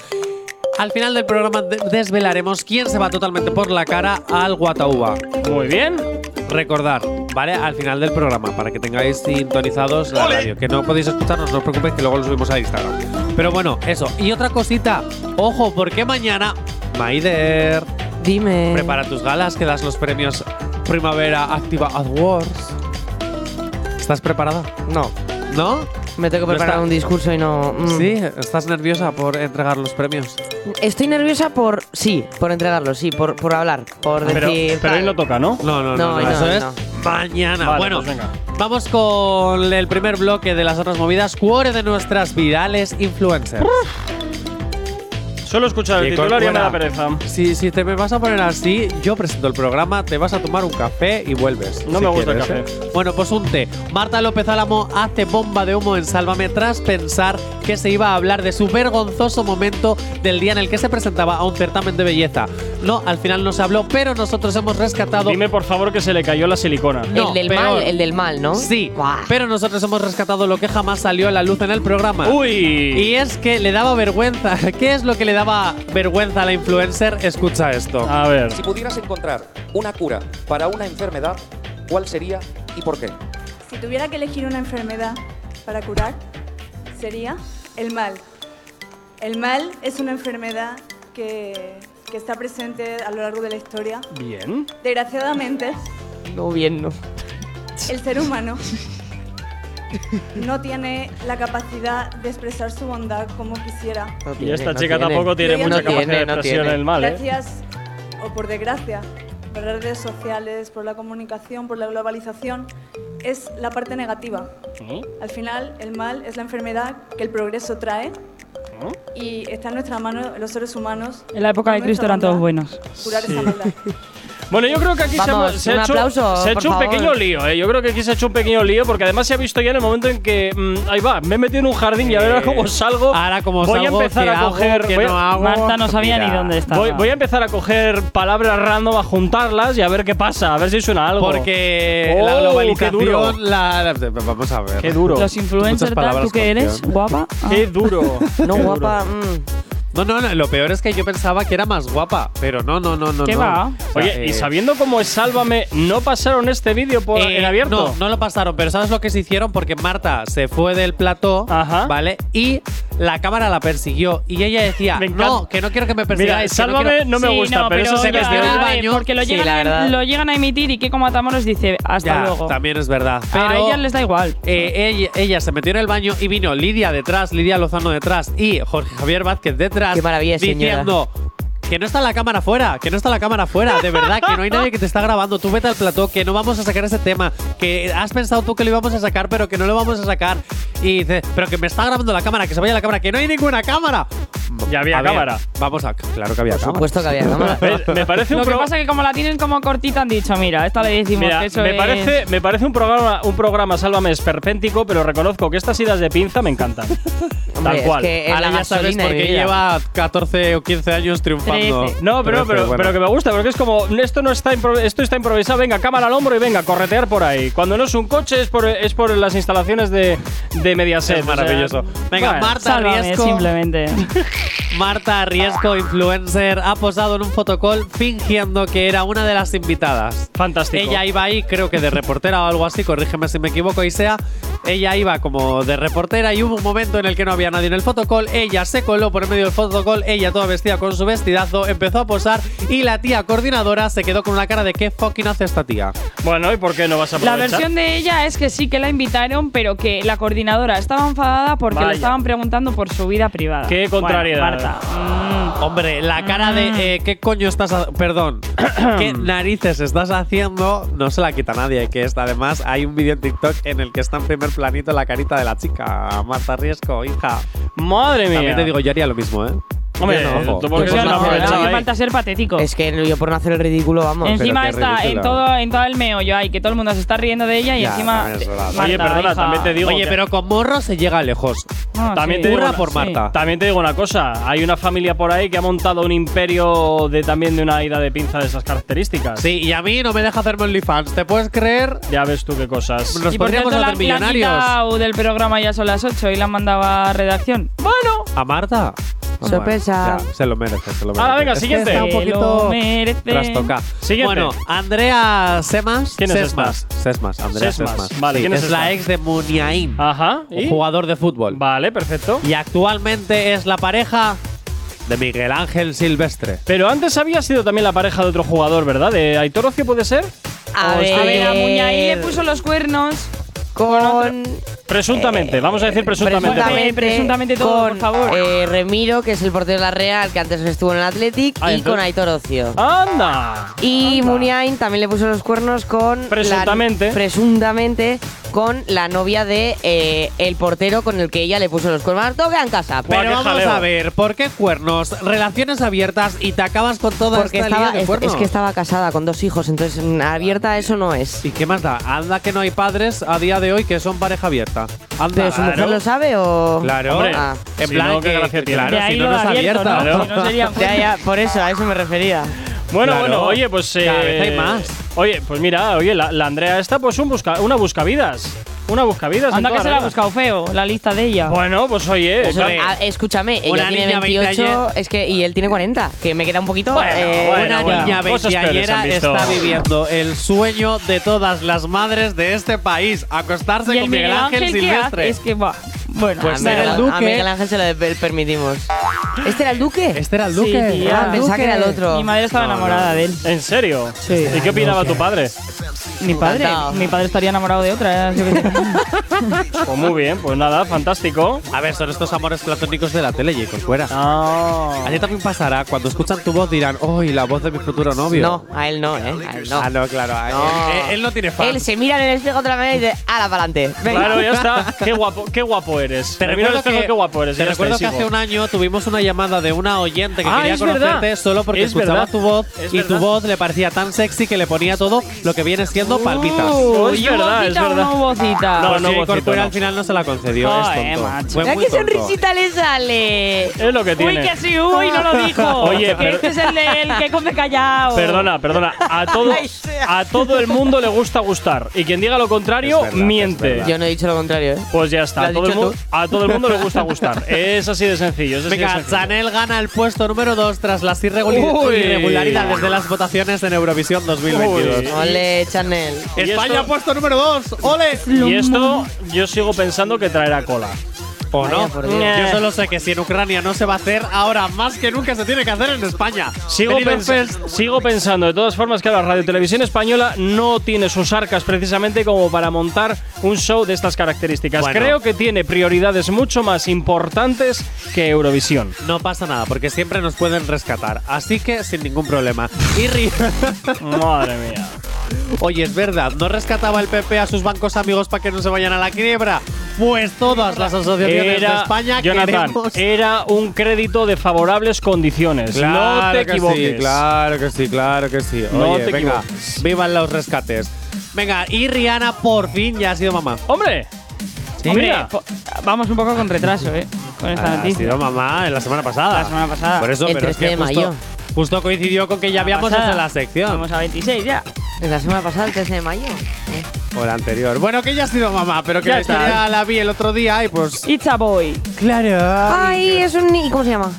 S5: Al final del programa de- desvelaremos quién se va totalmente por la cara al Guatauba.
S3: Muy bien.
S5: recordar, ¿vale? Al final del programa, para que tengáis sintonizados la radio. Que no podéis escucharnos, no os preocupéis, que luego lo subimos a Instagram. Pero bueno, eso. Y otra cosita, ojo, porque mañana, Maider,
S1: Dime.
S5: prepara tus galas, que das los premios Primavera Activa Awards. ¿Estás preparada?
S1: No,
S5: ¿No?
S1: me
S5: No
S1: tengo que preparar
S5: está-
S1: un discurso y no. mm.
S5: Sí, estás nerviosa por entregar los premios.
S1: Estoy nerviosa por. Sí, por entregarlo, sí, por, por hablar, por
S5: Ah,
S3: Pero,
S1: decir.
S3: pero hoy
S1: tal.
S3: no toca, ¿no?
S5: No, no, no,
S1: No,
S5: no,
S1: no,
S5: eso
S1: no.
S5: es mañana.
S3: Vale,
S5: bueno,
S3: pues venga.
S5: vamos con el primer bloque de las otras movidas, cuore de nuestras virales influencers.
S3: Solo escuchar el
S5: Y
S3: titular y ya me
S5: Corcuera.
S3: da pereza.
S5: Si, si te me vas a poner así, yo presento el programa, te vas a tomar un café y vuelves.
S3: No
S5: si
S3: me gusta el
S5: quieres, ¿eh? Bueno, pues un té. Marta López Álamo hace bomba de humo en Sálvame tras pensar que se iba a hablar de su vergonzoso momento del día en el que se presentaba a un certamen de belleza. No, al final no se habló, pero nosotros hemos rescatado
S3: Dime por favor que se le cayó la silicona.
S5: No,
S1: el del
S5: peor.
S1: mal, el del mal, ¿no?
S5: Sí,
S1: Buah.
S5: pero nosotros hemos rescatado lo que jamás salió a la luz en el programa.
S3: Uy.
S5: Y es que le daba vergüenza. ¿Qué es lo que le daba vergüenza a la influencer? Escucha esto.
S3: A ver.
S6: Si pudieras encontrar una cura para una enfermedad, ¿cuál sería y por qué?
S7: Si tuviera que elegir una enfermedad para curar, sería el mal. El mal es una enfermedad que, que está presente a lo largo de la historia.
S3: Bien.
S7: Desgraciadamente,
S1: No, bien, no.
S7: el ser humano no tiene la capacidad de expresar su bondad como quisiera.
S1: No
S3: Y
S1: tiene,
S3: esta
S1: no
S3: chica
S1: tiene.
S3: tampoco tiene
S7: No
S3: mucha
S7: tiene,
S3: capacidad de
S1: no
S3: expresión
S1: tiene.
S3: en el mal, ¿eh?
S7: Gracias, o por desgracia, por las redes sociales, por la comunicación, por la globalización, es la parte negativa.
S3: ¿Mm?
S7: Al final, el mal es la enfermedad que el progreso trae y está en nuestra mano, los seres humanos.
S4: En la época de
S7: nuestra
S4: Cristo eran
S7: maldad,
S4: todos buenos.
S7: Curar esa maldad.
S3: Bueno, yo creo que aquí se
S1: Vamos,
S3: hemos- se,
S1: un
S3: ha hecho,
S1: aplauso,
S3: se ha
S1: por
S3: hecho un
S1: favor.
S3: pequeño lío, ¿eh? Yo creo que aquí se ha hecho un pequeño lío porque además se ha visto ya en el momento en que. mm, ahí va, me he metido en un jardín y ahora
S5: Eh,
S3: cómo salgo.
S5: Ahora como
S3: voy
S5: salgo,
S3: a empezar
S5: ¿qué
S3: a
S5: hago?
S3: coger.
S5: ¿Qué
S3: voy a-
S5: no hago?
S4: Marta no sabía
S5: Mira,
S4: ni dónde estaba.
S3: Ah, Voy, voy a empezar a coger palabras random, a juntarlas y a ver qué pasa, a ver si suena algo.
S5: Porque
S3: Oh,
S5: la
S3: qué duro.
S5: globalización. La, la- vamos a ver.
S3: Qué duro.
S4: Los influencers, tal,
S5: Muchas palabras,
S4: ¿tú qué eres?
S5: Scorpion.
S4: ¿Guapa? Ah.
S3: Qué duro.
S1: No, guapa. mm.
S5: No, no, no, lo peor es que yo pensaba que era más guapa, pero no, no, no, no.
S4: ¿Qué
S5: no.
S4: va?
S5: O sea,
S3: Oye, y
S5: eh,
S3: sabiendo cómo es Sálvame, ¿no pasaron este vídeo por
S5: eh,
S3: en abierto?
S5: No, no lo pasaron, pero ¿sabes lo que se hicieron? Porque Marta se fue del plató,
S3: Ajá.
S5: ¿vale? Y la cámara la persiguió. Y ella decía,
S3: Me encanta.
S5: no, que no quiero que me
S3: Mira,
S5: persigáis. que no
S3: Sálvame
S5: quiero-".
S3: no, me
S4: Sí,
S3: gusta,
S4: no,
S3: pero, eso se
S4: ya,
S5: metió en el
S4: a ver,
S5: baño.
S4: Porque lo
S1: Sí,
S4: llegan,
S1: la
S4: a- em-
S1: verdad.
S4: lo llegan a emitir y Kiko Matamoros dice hasta
S5: Ya,
S4: luego.
S5: también es verdad. Pero
S4: a ellas les da igual.
S5: Eh, ella, ella se metió en el baño y vino Lidia detrás, Lidia Lozano detrás y Jorge Javier Vázquez detrás.
S1: Qué maravilla, señora.
S5: Diciendo que no está la cámara fuera, que no está la cámara fuera, de verdad, que no hay nadie que te está grabando. Tú vete al plató, que no vamos a sacar ese tema, que has pensado tú que lo íbamos a sacar, pero que no lo vamos a sacar. Y dice, pero que me está grabando la cámara, que se vaya la cámara, que no hay ninguna cámara.
S3: Ya había
S5: A ver,
S3: cámara.
S5: vamos a. Claro que había
S1: Por
S5: cámara.
S1: supuesto que había cámara.
S3: ¿Ves? Me parece un
S4: Lo que
S3: pro-
S4: pasa es que como la tienen como cortita han dicho, mira, esta le decimos
S3: Mira,
S4: que eso
S3: me
S4: es-
S3: parece, me parece un programa, un programa Sálvame esperpéntico, pero reconozco que estas idas de pinza me encantan.
S1: Hombre,
S3: Tal cual.
S1: Es que es
S5: Ahora
S1: la
S5: ya sabes
S1: gasolina
S5: por
S1: de
S5: qué
S1: mi vida.
S5: lleva 14 o 15 años triunfando.
S4: Trece.
S3: No, pero,
S5: Trece,
S3: pero,
S5: bueno.
S3: pero que me gusta, porque es como, esto no está impro- esto está improvisado, venga, cámara al hombro y venga, corretear por ahí. Cuando no es un coche, es por, es por las instalaciones de, de Mediaset.
S5: Es maravilloso.
S3: o sea,
S5: Venga,
S3: bueno.
S5: Marta
S4: Sálvame,
S5: Riesco.
S4: simplemente.
S5: Marta Riesco, influencer, ha posado en un fotocall fingiendo que era una de las invitadas.
S3: Fantástico.
S5: Ella iba ahí, creo que de reportera o algo así, corrígeme si me equivoco, y sea, ella iba como de reportera y hubo un momento en el que no había nadie en el fotocall, ella se coló por en medio del fotocall, ella toda vestida con su vestidazo, empezó a posar y la tía coordinadora se quedó con una cara de ¿qué fucking hace esta tía?
S3: Bueno, ¿y por qué no vas a
S4: La
S3: aprovechar?
S4: versión de ella es que sí que la invitaron, pero que la coordinadora estaba enfadada porque
S3: Vaya.
S4: le estaban preguntando por su vida privada.
S3: Qué
S4: Bueno,
S3: contrariedad. Mm.
S4: Marta.
S5: Hombre, la cara
S3: Ah.
S5: de eh, qué coño estás ha- perdón, qué narices estás haciendo, no se la quita nadie, que es además hay un vídeo en TikTok en el que está en primer planito la carita de la chica, Marta Riesco, hija.
S3: Madre mía.
S5: También te digo, yo haría lo mismo, ¿eh?
S3: Hombre,
S5: Yo no, ojo.
S3: tú por qué
S4: Mm. O sea,
S3: no
S4: no,
S3: aprovechaba
S4: no hace
S3: ahí?
S4: falta ser patético.
S1: Es que yo por no hacer el ridículo, vamos.
S5: En-
S4: encima
S5: qué
S4: está en
S5: ridícula.
S4: todo, en todo el meollo ahí, que todo el mundo se está riendo de ella y
S5: Ya,
S4: encima.
S5: también es verdad.
S4: Marta,
S3: Oye, perdona,
S4: hija.
S3: también te digo
S5: Oye,
S3: que-
S5: pero con morro se llega lejos.
S4: Ah,
S3: También
S4: sí.
S3: te digo
S5: Curra
S3: una-
S5: por
S4: sí.
S5: Marta.
S3: También te digo una cosa, hay una familia por ahí que ha montado un imperio de también de una ida de pinza de esas características.
S5: Sí, y a mí no me deja hacerme OnlyFans, ¿te puedes creer?
S3: Ya ves tú qué cosas.
S5: Nos
S4: y por
S5: podríamos
S4: cierto, la, la
S5: hacer
S4: han
S5: millonarios.
S4: quitado del programa ya son las 8 y la han mandado a redacción. Bueno,
S5: ¿A Marta? No,
S1: Sorpresa.
S5: bueno, ya, se lo merece, se lo merece.
S3: Ahora, Ah, venga,
S5: Es que
S3: siguiente.
S5: está un
S4: Se lo
S5: poquito
S4: merece.
S5: trastoca.
S3: Siguiente.
S5: Bueno, Andrea Semas.
S3: ¿Quién es
S5: Sesmas. Sesmas, Andrea
S3: Sesmas.
S5: Sesmas.
S3: Vale,
S5: Sí,
S3: ¿quién es esta?
S5: la ex de Muniain,
S3: Ajá.
S5: un
S3: ¿y?
S5: jugador de fútbol.
S3: Vale, perfecto.
S5: Y actualmente es la pareja de Miguel Ángel Silvestre.
S3: Pero antes había sido también la pareja de otro jugador, ¿verdad? ¿De Aitor Ocio puede ser?
S1: A
S3: Hostia.
S1: ver, eh,
S4: a ver, a Muñahí le puso los cuernos.
S1: con.
S3: Presuntamente, vamos a decir presuntamente.
S4: presuntamente. presuntamente todo,
S1: con,
S4: por favor.
S1: eh, Remiro, que es el portero de la Real, que antes estuvo en el Athletic,
S3: Ah,
S1: y
S3: entonces-
S1: con Aitor Ocio.
S3: ¡Anda!
S1: Y Muniain también le puso los cuernos con. la-
S3: Presuntamente.
S1: presuntamente con la novia de eh, el portero con el que ella le puso los cuernos. Toca en casa.
S3: Guau,
S5: Pero
S3: qué
S5: vamos
S3: jaleo.
S5: a ver, ¿por qué cuernos? Relaciones abiertas y te acabas con toda
S1: Porque
S5: esta
S1: estaba,
S5: lía de
S1: es,
S5: cuernos.
S1: es que estaba casada con dos hijos, entonces mm, abierta eso no es.
S5: ¿Y qué más da? Anda que no hay padres a día de hoy que son pareja abierta. Anda.
S1: ¿Pero su mujer lo sabe o.?
S5: Claro.
S3: Hombre,
S1: Ah.
S5: En
S3: si
S5: plan
S3: no, qué
S5: que-
S3: gracia tiene.
S5: claro,
S4: De ahí
S5: si no,
S4: lo
S5: no
S4: de
S5: es
S4: abierto,
S5: abierta.
S4: ¿no? Si no sería
S1: Ya, ya, por eso, a eso me refería.
S3: Bueno,
S5: Claro.
S3: bueno, oye, pues.
S5: Cada vez hay más.
S3: Oye, pues mira, oye, la, la Andrea esta, pues un busca, una buscavidas. Una buscavidas. en
S4: Anda
S3: toda
S4: que se la ha
S3: regla.
S4: buscado feo, la lista de ella.
S3: Bueno, pues oye.
S1: Eso-
S3: claro.
S1: ah, escúchame,
S5: Una
S1: ella tiene
S5: niña 20
S1: 28 es que, y él tiene 40, que me queda un poquito.
S3: Bueno,
S1: eh,
S3: bueno.
S5: Una niña
S3: cosas peores han
S5: veinteañera
S3: visto.
S5: está viviendo el sueño de todas las madres de este país, acostarse
S4: y el
S5: con Miguel Ángel,
S4: ¿qué hace?
S5: Silvestre.
S4: Es que va. Bueno,
S5: Pues
S1: a
S5: ser
S1: Ah, Miguel-
S5: el
S1: a
S5: duque.
S1: Miguel Ángel se lo de- permitimos. ¿Este era el duque?
S5: Este era el
S4: Sí,
S5: duque.
S4: tía.
S5: Era
S1: Ah, pensaba que era el otro.
S4: mi madre estaba enamorada de él.
S3: ¿En serio?
S4: Sí. Ah,
S3: ¿Y qué opinaba tu padre?
S4: Mi padre,
S1: Encantado.
S4: mi padre estaría enamorado de otra. ¿eh? Yo qué sé.
S3: Pues muy bien, pues nada, fantástico.
S5: A ver, son estos amores platónicos de la tele, Jacob, fuera.
S3: Ah.
S5: A ti también pasará, cuando escuchan tu voz dirán, ¡Uy, la voz de mi futuro novio!
S1: No, a él no, ¿eh? A él no.
S5: Ah, no, claro. a él-
S1: No.
S5: Eh, Él, él no tiene fan.
S1: Él se mira en el espejo otra vez y dice, ala, pa'lante. Venga.
S3: Claro, ya está. Qué guapo, qué guapo eres.
S5: Te
S3: Me miro al
S5: recuerdo,
S3: espejo,
S5: que,
S3: qué guapo eres.
S5: te
S3: ya está,
S5: recuerdo
S3: y
S5: que hace
S3: sigo.
S5: un año tuvimos una llamada de una oyente que
S3: Ah,
S5: quería
S3: es verdad.
S5: conocerte solo porque
S3: Es
S5: escuchaba
S3: verdad.
S5: tu voz
S3: Es
S5: y
S3: verdad.
S5: tu voz le parecía tan sexy que le ponía todo lo que viene siendo palpitas.
S3: Oh, es
S4: ¿Y hubo
S3: verdad, es
S4: cita o
S3: verdad.
S4: no hubo cita?
S3: No,
S5: Pues
S3: no,
S5: sí,
S3: vocito,
S5: Corcuera
S3: no.
S5: al final no se la concedió. es
S4: Joder,
S5: tonto.
S4: macho.
S5: Fue
S1: Mira
S5: muy
S1: qué
S5: tonto.
S1: sonrisita le sale.
S3: Es lo que
S4: Uy,
S3: tiene.
S4: que sí, uy, no lo dijo.
S3: Oye,
S4: Que
S3: pero-
S4: este es el del que come callado.
S3: Perdona, perdona. A todo,
S1: Ay, sea.
S3: a todo el mundo le gusta gustar. Y quien diga lo contrario,
S5: Es verdad, es
S3: miente.
S5: verdad.
S1: Yo no he dicho lo contrario, ¿eh?
S3: Pues ya
S1: ¿Lo
S3: está. A
S1: has
S3: todo, el
S1: dicho
S3: mu-
S1: tú?
S3: a todo el mundo le gusta gustar. Es así de sencillo. Es así de
S5: Venga,
S3: sencillo.
S5: Chanel gana el puesto número 2 tras las irreguli-
S3: Uy.
S5: irregularidades de las votaciones en Eurovisión 2022.
S3: Uy.
S1: Ole, Chanel.
S3: Y
S5: España
S3: esto-
S5: puesto número 2. ¡Ole!
S3: Y esto yo sigo pensando que traerá cola.
S5: ¿O no?
S1: Vaya, por Dios.
S5: Yo solo sé que si en Ucrania no se va a hacer, ahora más que nunca se tiene que hacer en España.
S3: Sigo,
S5: Benidorm
S3: pens-
S5: Fest.
S3: sigo pensando, de todas formas, que la Radio Televisión Española no tiene sus arcas precisamente como para montar un show de estas características.
S5: Bueno.
S3: Creo que tiene prioridades mucho más importantes que Eurovisión.
S5: No pasa nada, porque siempre nos pueden rescatar. Así que sin ningún problema. Y ri-
S3: Madre mía.
S5: Oye, es verdad, ¿no rescataba el PP a sus bancos amigos para que no se vayan a la quiebra? Pues todas las asociaciones de
S3: Era,
S5: España
S3: Jonathan,
S5: queremos…
S3: era un crédito de favorables condiciones. no te
S5: que
S3: equivoques.
S5: Sí, claro que sí, claro que sí.
S3: No
S5: Oye,
S3: te
S5: venga,
S3: equivoques.
S5: vivan los rescates. Venga, y Rihanna por fin ya ha sido mamá.
S3: Hombre,
S4: Hombre,
S3: mira. Ah,
S4: po- vamos un poco con retraso, ¿eh? Con esta
S5: Ha
S4: noticia.
S5: sido mamá en la semana pasada.
S4: La semana pasada.
S5: Por eso,
S1: El
S5: pero es
S1: 13 de
S5: que justo,
S1: mayo.
S5: justo coincidió con que ya habíamos hecho
S4: Pasada.
S5: la sección
S4: Vamos a 26 ya.
S1: La semana pasada, el 13 de mayo.
S5: o la anterior. Bueno, que ya ha sido mamá, pero que
S4: Ya
S5: la
S4: está.
S5: historia la vi el otro día y pues.
S4: It's a boy.
S5: Claro.
S1: Ay, es un. ni- ¿Cómo se llama?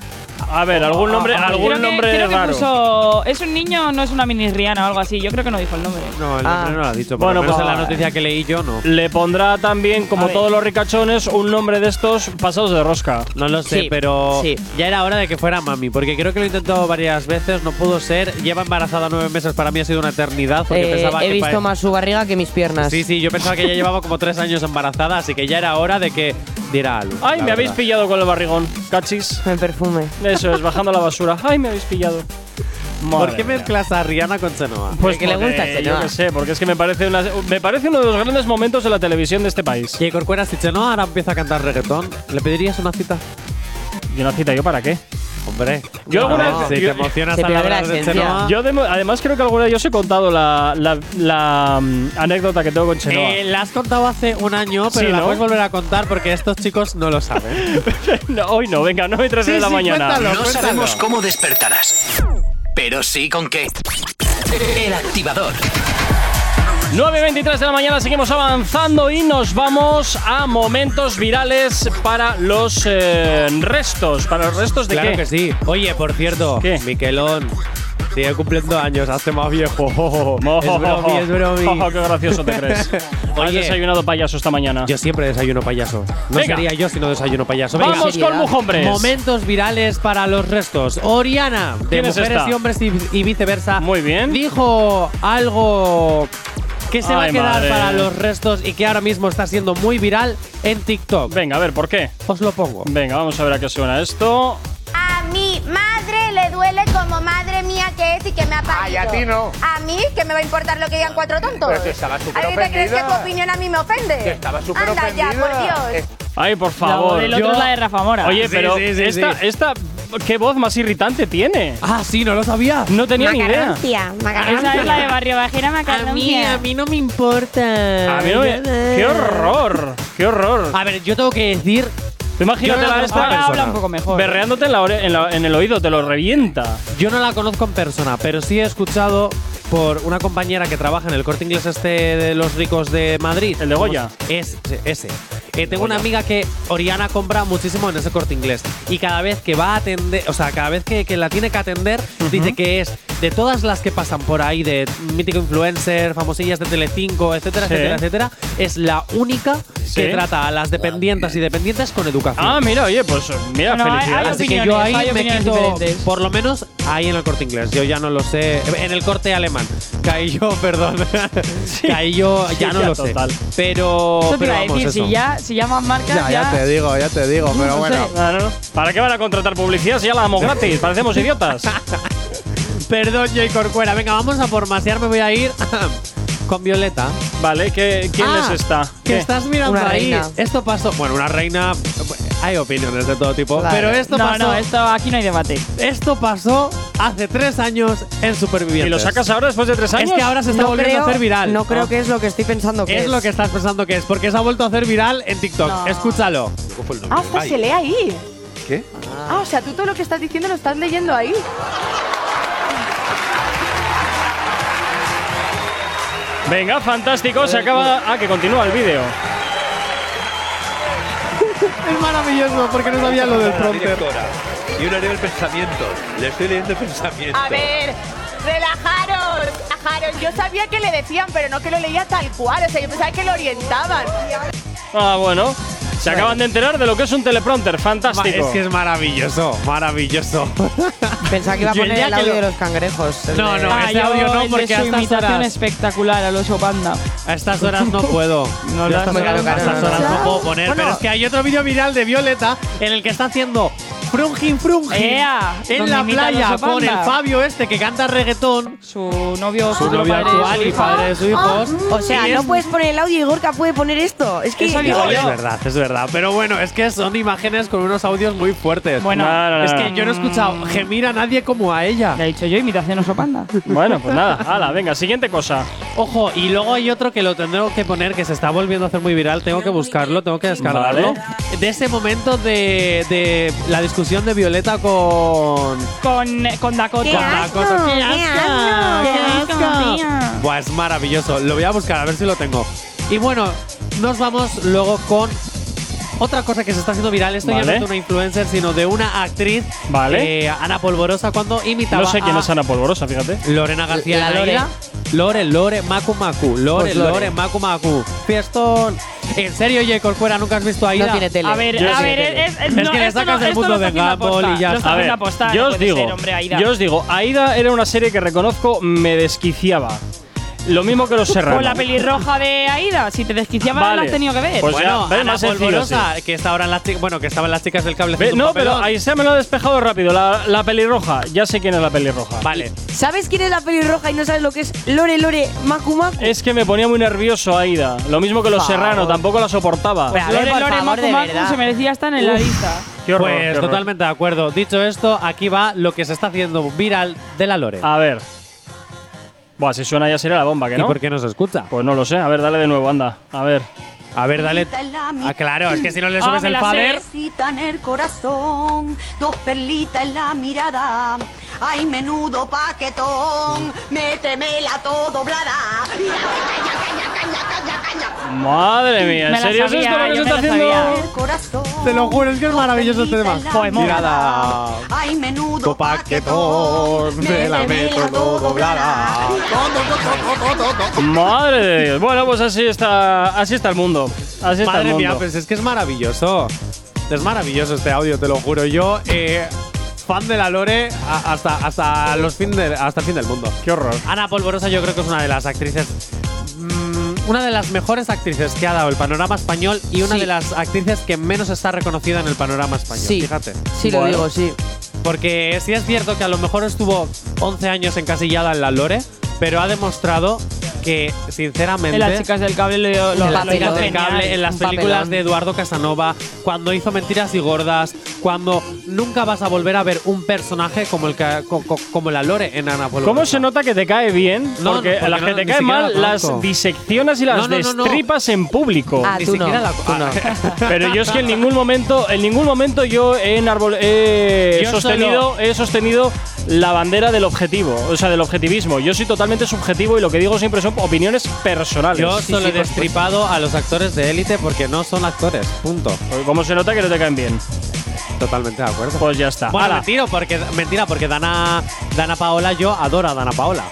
S3: a ver, algún nombre, algún
S4: ah, creo que,
S3: nombre
S4: creo que
S3: raro.
S4: puso, es un niño, no es una mini Rihanna o algo así. Yo creo que no dijo el nombre.
S5: No, el
S1: Ah.
S5: hombre no lo ha dicho.
S3: Bueno,
S5: bueno, pues en
S3: pues-
S5: la noticia que leí yo no.
S3: Le pondrá también,
S4: A
S3: como
S4: ver.
S3: todos los ricachones, un nombre de estos pasados de rosca.
S5: No lo sé,
S1: Sí,
S5: pero
S1: sí.
S5: ya era hora de que fuera mami, porque creo que lo he intentado varias veces, no pudo ser. Lleva embarazada nueve meses, para mí ha sido una eternidad, porque
S1: Eh,
S5: pensaba
S1: he
S5: que
S1: visto
S5: pare-
S1: más su barriga que mis piernas.
S5: Sí, sí, yo pensaba que ya llevaba como tres años embarazada, así que ya era hora de que diera algo.
S3: Ay, me habéis pillado con el barrigón. Cachis.
S1: El perfume.
S3: Eso es, bajando la basura. Ay, me habéis pillado.
S5: ¿Por
S3: Madre
S5: qué
S3: mía.
S5: mezclas a Rihanna con Chenoa?
S1: Porque le gusta
S3: eh,
S1: este
S3: Yo
S1: tema.
S3: qué sé, porque es que me parece, una- me parece uno de los grandes momentos de la televisión de este país.
S5: Y Corcuera, si Chenoa ahora empieza a cantar reggaetón, ¿le pedirías una cita?
S3: ¿Y una cita yo para qué?
S5: Hombre,
S3: Yo alguna vez-
S5: si
S3: yo-
S5: te emocionas
S1: Se
S5: al
S1: pierde la
S5: hablar de
S1: esencia.
S5: Chenoa…
S3: Yo, de mo- además, creo que alguna vez yo os he contado la, la- la, mm, anécdota que tengo con Chenoa.
S5: Eh, la has contado hace un año, pero
S3: Sí,
S5: la
S3: ¿no?
S5: puedes volver a contar porque estos chicos no lo saben.
S3: No, hoy no, venga, 9 y 3
S5: Sí,
S3: de la
S5: sí,
S3: mañana.
S5: cuéntalo.
S2: No
S5: Cuéntalo.
S2: sabemos cómo despertarás, pero sí con qué. El activador.
S3: 9 y 23 de la mañana, seguimos avanzando y nos vamos a momentos virales para los eh, restos. ¿Para los restos de
S5: Claro
S3: qué?
S5: que sí. Oye, por cierto,
S3: ¿Qué?
S5: Miquelón sigue cumpliendo años, hace más viejo. es bromi, es bromi.
S3: qué gracioso te crees. Has
S5: Oye.
S3: desayunado payaso esta mañana.
S5: Yo siempre desayuno payaso. No
S3: Venga.
S5: sería yo si no desayuno payaso. Venga.
S3: Vamos con
S1: Seriedad.
S3: mujombres.
S5: Momentos virales para los restos. Oriana, de
S3: ¿Quién es
S5: mujeres
S3: esta?
S5: y hombres y, y viceversa.
S3: Muy bien.
S5: Dijo algo que se va a
S3: Ay,
S5: quedar
S3: madre.
S5: para los restos y que ahora mismo está siendo muy viral en TikTok.
S3: Venga, a ver, ¿por qué?
S5: Os lo pongo.
S3: Venga, vamos a ver a qué suena esto.
S8: A mi madre le duele como madre mía que es y que me ha parido.
S9: Ay, a ti no.
S8: A mí, que me va a importar lo que digan cuatro tontos.
S9: Pero si estaba súper
S8: ¿Alguien te crees que tu
S9: ofendida.
S8: opinión a mí me ofende?
S9: Que estaba súper
S8: Anda ya, por
S9: ofendida.
S8: Dios.
S3: Ay, por
S4: la voz
S3: favor.
S4: del otro
S5: yo-
S4: es la de Rafa Mora.
S3: Oye,
S5: Sí,
S3: pero
S5: sí, sí,
S3: esta,
S5: sí.
S3: esta, qué voz más irritante tiene.
S5: Ah, sí, no lo sabía.
S3: No tenía ni idea.
S4: esa es la de Barrio Bajera Macarroncia.
S5: mí no me importa. eh,
S3: A mí no me- ¡Qué horror! ¡Qué horror!
S4: Ah,
S5: A ver, yo tengo que decir
S3: Tú Imagínatela
S5: Yo no-
S3: esta
S5: Ahora
S4: habla un poco mejor.
S3: Berreándote en, la ore- en la- en el oído, te lo revienta.
S5: Yo no la conozco en persona, pero sí he escuchado por una compañera que trabaja en el corte inglés este de los ricos de Madrid.
S3: ¿El de Goya?
S5: Es, ese. Eh, tengo una amiga que Oriana compra muchísimo en ese corte inglés. Y cada vez que va a atender, o sea, cada vez que, que la tiene que atender, dice que es de todas las que pasan por ahí, de mítico influencer, famosillas de Telecinco, etcétera,
S3: Sí.
S5: etcétera, etcétera, es la única
S3: Sí.
S5: que trata a las dependientas y dependientes con educación.
S3: Ah, mira, oye, pues mira,
S4: Bueno, hay-
S3: felicidades.
S4: hay
S5: Así que
S4: opiniones,
S5: yo ahí
S4: hay
S5: me
S4: opiniones
S5: quito,
S4: diferentes.
S5: por lo menos Ahí en el corte inglés, yo ya no lo sé. En el corte alemán. Caí yo, perdón. Caí yo, ya
S3: Sí,
S5: no
S3: ya,
S5: lo
S3: total.
S5: sé. Pero.
S4: Eso te
S5: pero
S4: iba a
S5: vamos,
S4: decir,
S5: eso.
S4: si ya, si llaman marcas,
S9: Ya,
S4: ya.
S9: ya te digo, ya te digo, pero
S4: no
S9: bueno.
S4: sé.
S3: Claro. Ah, ¿Para qué van a contratar publicidad si ya la damos gratis? Parecemos idiotas.
S5: Perdón, Joy Corcuera. Venga, vamos a formasear, me voy a ir con Violeta.
S3: Vale, ¿qué, ¿quién
S5: Ah,
S3: les está?
S5: Que
S3: ¿Qué?
S5: estás mirando
S1: Una
S5: ahí.
S1: reina.
S5: Esto pasó. Bueno, una reina. Hay opiniones de todo tipo.
S1: Claro.
S5: Pero esto
S4: no,
S5: pasó.
S4: no, esto aquí no hay debate.
S5: Esto pasó hace tres años en Supervivientes.
S3: ¿Y lo sacas ahora después de tres años?
S5: Es que ahora se está
S1: No
S5: volviendo
S1: creo-
S5: a hacer viral.
S1: No creo
S5: Ah.
S1: que es lo que estoy pensando que es.
S5: Es lo que estás pensando que es, porque se ha vuelto a hacer viral en TikTok.
S10: No.
S5: Escúchalo.
S10: Ah, hasta se lee ahí.
S9: ¿Qué?
S10: Ah, o sea, tú todo lo que estás diciendo lo estás leyendo ahí.
S3: Venga, fantástico, se acaba. Ah, que continúa el vídeo.
S5: Es maravilloso, porque no sabía lo del prompter.
S9: Y una leo el pensamiento. Le estoy leyendo el pensamiento.
S10: A ver, relajaros, relajaros. Yo sabía que le decían, pero no que lo leía tal cual. O sea, yo pensaba que lo orientaban.
S3: Ah, bueno. Se acaban de enterar de lo que es un teleprompter.
S5: Ma-
S3: Fantástico.
S5: Es que es maravilloso, maravilloso.
S1: Pensaba que iba a
S5: Yo el
S1: poner
S5: día
S1: el
S5: que
S1: audio
S5: lo-
S1: de los cangrejos. el
S5: No,
S1: de-
S5: no,
S4: Ah,
S5: este
S4: yo
S5: audio no,
S4: el de
S5: porque a
S4: su
S5: estas
S4: imitación
S5: horas.
S4: espectacular a los Panda.
S5: A estas horas no puedo.
S4: No
S5: Yo
S4: lo
S5: a estas,
S4: has
S5: horas,
S1: sacado,
S5: a estas
S1: no, no,
S5: horas
S1: no.
S5: no puedo poner.
S1: Bueno.
S5: Pero es que hay otro vídeo viral de Violeta en el que está haciendo frungin frungin
S4: ¡Ea!
S5: en
S4: Donde
S5: la
S4: imita al
S5: playa
S4: oso
S5: con el
S4: panda.
S5: Fabio este que canta reggaetón.
S4: Su novio,
S5: Su novio
S4: padre,
S5: actual
S4: su Ah.
S5: y
S4: hija.
S5: padre de sus hijos.
S1: O sea,
S5: Y
S1: no
S5: es-
S1: puedes poner el audio y Gorka puede poner esto. Es que
S4: Eso digo
S5: Es
S4: yo.
S5: verdad, es verdad. Pero bueno, es que son imágenes con unos audios muy fuertes.
S4: Bueno,
S3: No, no, no,
S5: Es
S3: no.
S5: que yo no he escuchado gemir a nadie como a ella.
S4: Le he dicho yo, imitación oso panda.
S3: Bueno, pues nada. Hala, venga, siguiente cosa.
S5: Ojo, y luego hay otro que lo tendré que poner, que se está volviendo a hacer muy viral. Tengo que buscarlo, tengo que descargarlo. De ese momento de, de la discusión de Violeta con.
S4: Con, con Dakota.
S8: ¡Qué
S5: con la
S8: asco!
S5: cosa- ¡Qué
S8: ¡Qué
S5: asco!
S4: asco!
S5: ¡Qué asco!
S4: Tía.
S5: Buah, es maravilloso. Lo voy a buscar, a ver si lo tengo. Y bueno, nos vamos luego con. Otra cosa que se está haciendo viral, esto ya no
S3: Vale.
S5: es de una influencer, sino de una actriz,
S3: Vale.
S5: eh, Ana Polvorosa, cuando imitaba
S3: No sé quién
S5: a
S3: es Ana Polvorosa, fíjate.
S5: Lorena García
S1: La
S5: de
S1: Lore.
S5: Naira. Lore, Lore, Macu Macu. Lore,
S1: Pues
S5: Lore.
S1: Lore.
S5: Macu Macu. Fiestón. ¿En serio, J. Corcuera, nunca has visto a Aida?
S1: No tiene tele.
S4: A ver,
S3: Yo
S4: a
S3: sí.
S4: ver, es, es-
S5: Es
S4: no,
S5: que le
S4: esto
S5: sacas
S4: no-
S5: del
S4: esto
S5: mundo
S4: lo está
S5: de
S4: haciendo
S5: Gumball
S4: aposta,
S5: y ya
S4: lo
S5: está.
S4: está.
S5: A ver,
S4: haciendo aposta, no
S3: yo os
S4: puede
S3: digo,
S4: ser, hombre, Aida.
S3: yo os digo, Aida era una serie que reconozco me desquiciaba. Lo mismo que los Serrano.
S4: Con la pelirroja de Aida, si te desquiciaba
S3: Vale.
S4: la has tenido que ver.
S3: Pues ya,
S5: Bueno,
S3: ve,
S5: Ana
S3: más sencillo,
S5: Polvorosa, que está ahora en las chicas, bueno, que estaban las chicas del cable.
S3: Ve,
S5: haciendo un
S3: no, pero
S5: papelón.
S3: ahí se me lo ha despejado rápido. La, la pelirroja. Ya sé quién es la pelirroja.
S5: Vale.
S1: ¿Sabes quién es la pelirroja y no sabes lo que es Lore Lore Macu Macu?
S3: Es que me ponía muy nervioso Aida. Lo mismo que los
S1: Por
S3: Serrano,
S1: favor.
S3: tampoco la soportaba.
S1: Pues a ver,
S4: Lore,
S1: por
S4: Lore,
S1: favor,
S4: Macu,
S1: de
S4: Macu,
S1: verdad.
S4: se merecía estar en la lista.
S3: Qué horror, qué
S5: Pues
S3: horror.
S5: totalmente de acuerdo. Dicho esto, aquí va lo que se está haciendo viral de la Lore.
S3: A ver. Buah, si suena ya sería la bomba, Ah, ¿que
S5: ¿Y
S3: no?
S5: por qué no se escucha?
S3: Pues no lo sé. A ver, dale de nuevo, anda. A ver.
S5: A ver, dale. Ah, claro, es que si no le subes
S4: me
S5: el
S4: la
S5: fader.
S10: en el corazón, dos perlitas en la mirada. Ay, menudo paquetón, métemela todo doblada.
S3: Madre mía, ¿en
S4: Me la
S3: serio es esto lo
S4: sabía,
S3: que se
S4: yo
S3: está
S4: me la
S3: haciendo?
S4: sabía.
S10: corazón.
S5: Te lo juro, es que es maravilloso este tema.
S10: Joder, mola.
S5: Mirada.
S10: Ay, menudo
S5: paquetón, me la meto todo doblada.
S3: Madre de Dios. Bueno, pues así está, así está el mundo. Así está el
S5: Madre
S3: mundo.
S5: mía, pues es que es maravilloso. Es maravilloso este audio, te lo juro. Yo, eh, fan de la Lore a- hasta, hasta, los fin del- hasta el fin del mundo.
S3: Qué horror.
S5: Ana Polvorosa yo creo que es una de las actrices, mm, una de las mejores actrices que ha dado el panorama español y una
S1: Sí.
S5: de las actrices que menos está reconocida en el panorama español.
S1: Sí.
S5: Fíjate.
S1: Sí, lo
S3: Bueno.
S1: digo, sí.
S5: Porque sí es cierto que a lo mejor estuvo 11 años encasillada en la Lore, pero ha demostrado que, sinceramente,
S4: En las chicas del cable lo, lo,
S5: en
S1: la
S5: las
S4: lo hizo
S5: chicas de
S4: genial.
S5: cable, en las
S1: Un
S5: películas
S1: papelón.
S5: de Eduardo Casanova, cuando hizo Mentiras y Gordas, cuando nunca vas a volver a ver un personaje como el que- co- co- como la Lore en Ana Polvorosa.
S3: ¿Cómo se nota que te cae bien?
S5: No,
S3: porque
S5: no, porque
S3: las que
S5: no,
S3: te
S5: ni
S3: caen
S5: siquiera
S3: mal
S5: la
S3: las
S5: conozco.
S3: disecionas y las
S5: No, no, no, no.
S3: destripas en público.
S1: Ah,
S5: Ni
S1: tú no.
S5: siquiera la-
S1: tú no.
S5: Ah,
S3: Pero yo es que en ningún momento, en ningún momento yo he, enarbol- he
S5: Yo
S3: sostenido, he sostenido la bandera del objetivo, o sea, del objetivismo. Yo soy totalmente subjetivo y lo que digo siempre son opiniones personales.
S5: Yo
S3: Sí,
S5: solo
S3: sí,
S5: he
S3: por
S5: destripado a los actores de élite porque no son actores. Punto.
S3: supuesto. ¿Cómo se nota que no te caen bien?
S5: Totalmente de acuerdo.
S3: Pues ya está.
S5: Bueno,
S3: Ala.
S5: mentira, porque, mentira, porque Dana, Dana Paola, yo adoro a Dana Paola.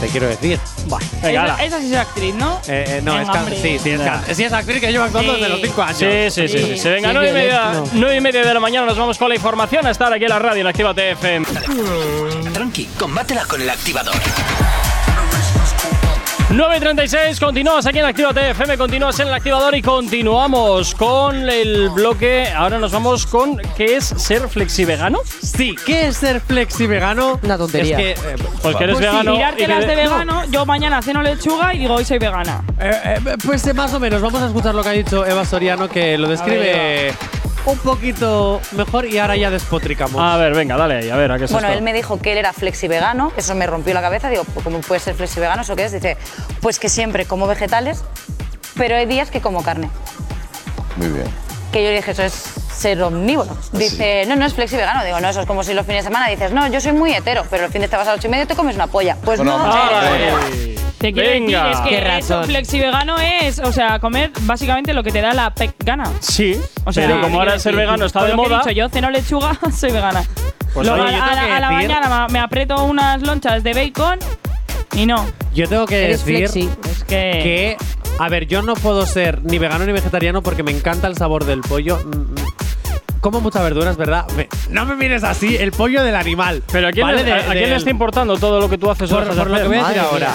S5: te quiero decir. Venga,
S4: Esa,
S5: hala.
S4: esa sí es actriz, ¿no?
S5: Eh, eh, no, es can- sí, sí, es can- sí, es actriz que lleva actuando desde los 5 años.
S3: Sí, sí, sí. sí. Se venga, 9 y, media, nueve y media de la mañana nos vamos con la información a estar aquí en la radio en Activa TFM.
S2: Tranqui, combátela con el activador.
S3: 9.36, continúas aquí en Activa TFM, continúas en el activador y continuamos con el bloque. Ahora nos vamos con ¿qué es ser flexivegano?
S5: Sí, ¿qué es ser flexivegano?
S1: Una tontería.
S5: Es que, eh,
S3: Pues que eres
S4: Pues
S3: vegano.
S4: si mirarte
S3: y que-
S4: las de
S3: No.
S4: vegano, yo mañana ceno lechuga y digo hoy soy vegana.
S5: Eh, eh, pues eh, más o menos, vamos a escuchar lo que ha dicho Eva Soriano, que lo describe un poquito mejor y ahora ya despotricamos.
S3: A ver, venga, dale ahí, a ver, ¿a qué es
S11: Bueno,
S3: esto?
S11: él me dijo que él era flexi-vegano, eso me rompió la cabeza, digo, "Pues, ¿cómo puede ser flexi-vegano? ¿Eso qué es? Dice, pues que siempre como vegetales, pero hay días que como carne.
S12: Muy bien.
S11: Que yo le dije, eso es ser omnívoro.
S5: Ah,
S11: Dice, no, no es flexi-vegano, digo, no, eso es como si los fines de semana dices, no, yo soy muy hetero, pero el fin de te vas a las ocho y media y te comes una polla. Pues
S12: Bueno,
S11: no,
S12: pues-
S11: eres
S12: Ay.
S11: vegano.
S4: Te quiero
S3: Venga.
S4: decir, es
S3: Qué
S4: que eso
S3: razón.
S4: flexivegano es, o sea, comer básicamente lo que te da la pec gana.
S3: Sí,
S4: O sea,
S3: pero como ahora ser vegano está
S4: por
S3: de
S4: lo que he
S3: moda,
S4: dicho, yo ceno lechuga, soy vegana.
S3: Pues
S4: Luego
S3: oye,
S4: a,
S3: yo tengo
S4: a
S3: que
S4: la- a la
S3: decir-
S4: mañana ma- me aprieto unas lonchas de bacon y no.
S5: Yo tengo que
S4: Eres
S5: decir
S4: flexi. Es que-
S5: que, a ver, yo no puedo ser ni vegano ni vegetariano porque me encanta el sabor del pollo. Mm, mm. Como muchas verduras, ¿verdad? Me- no me mires así, el pollo del animal.
S3: pero ¿a quién,
S5: ¿vale?
S3: le,
S5: De-
S3: a- a quién le
S5: del-
S3: está importando todo lo que tú haces? o
S5: por,
S3: dejas de
S5: por lo que
S3: hacer?
S5: voy a decir
S3: Madre
S5: ahora.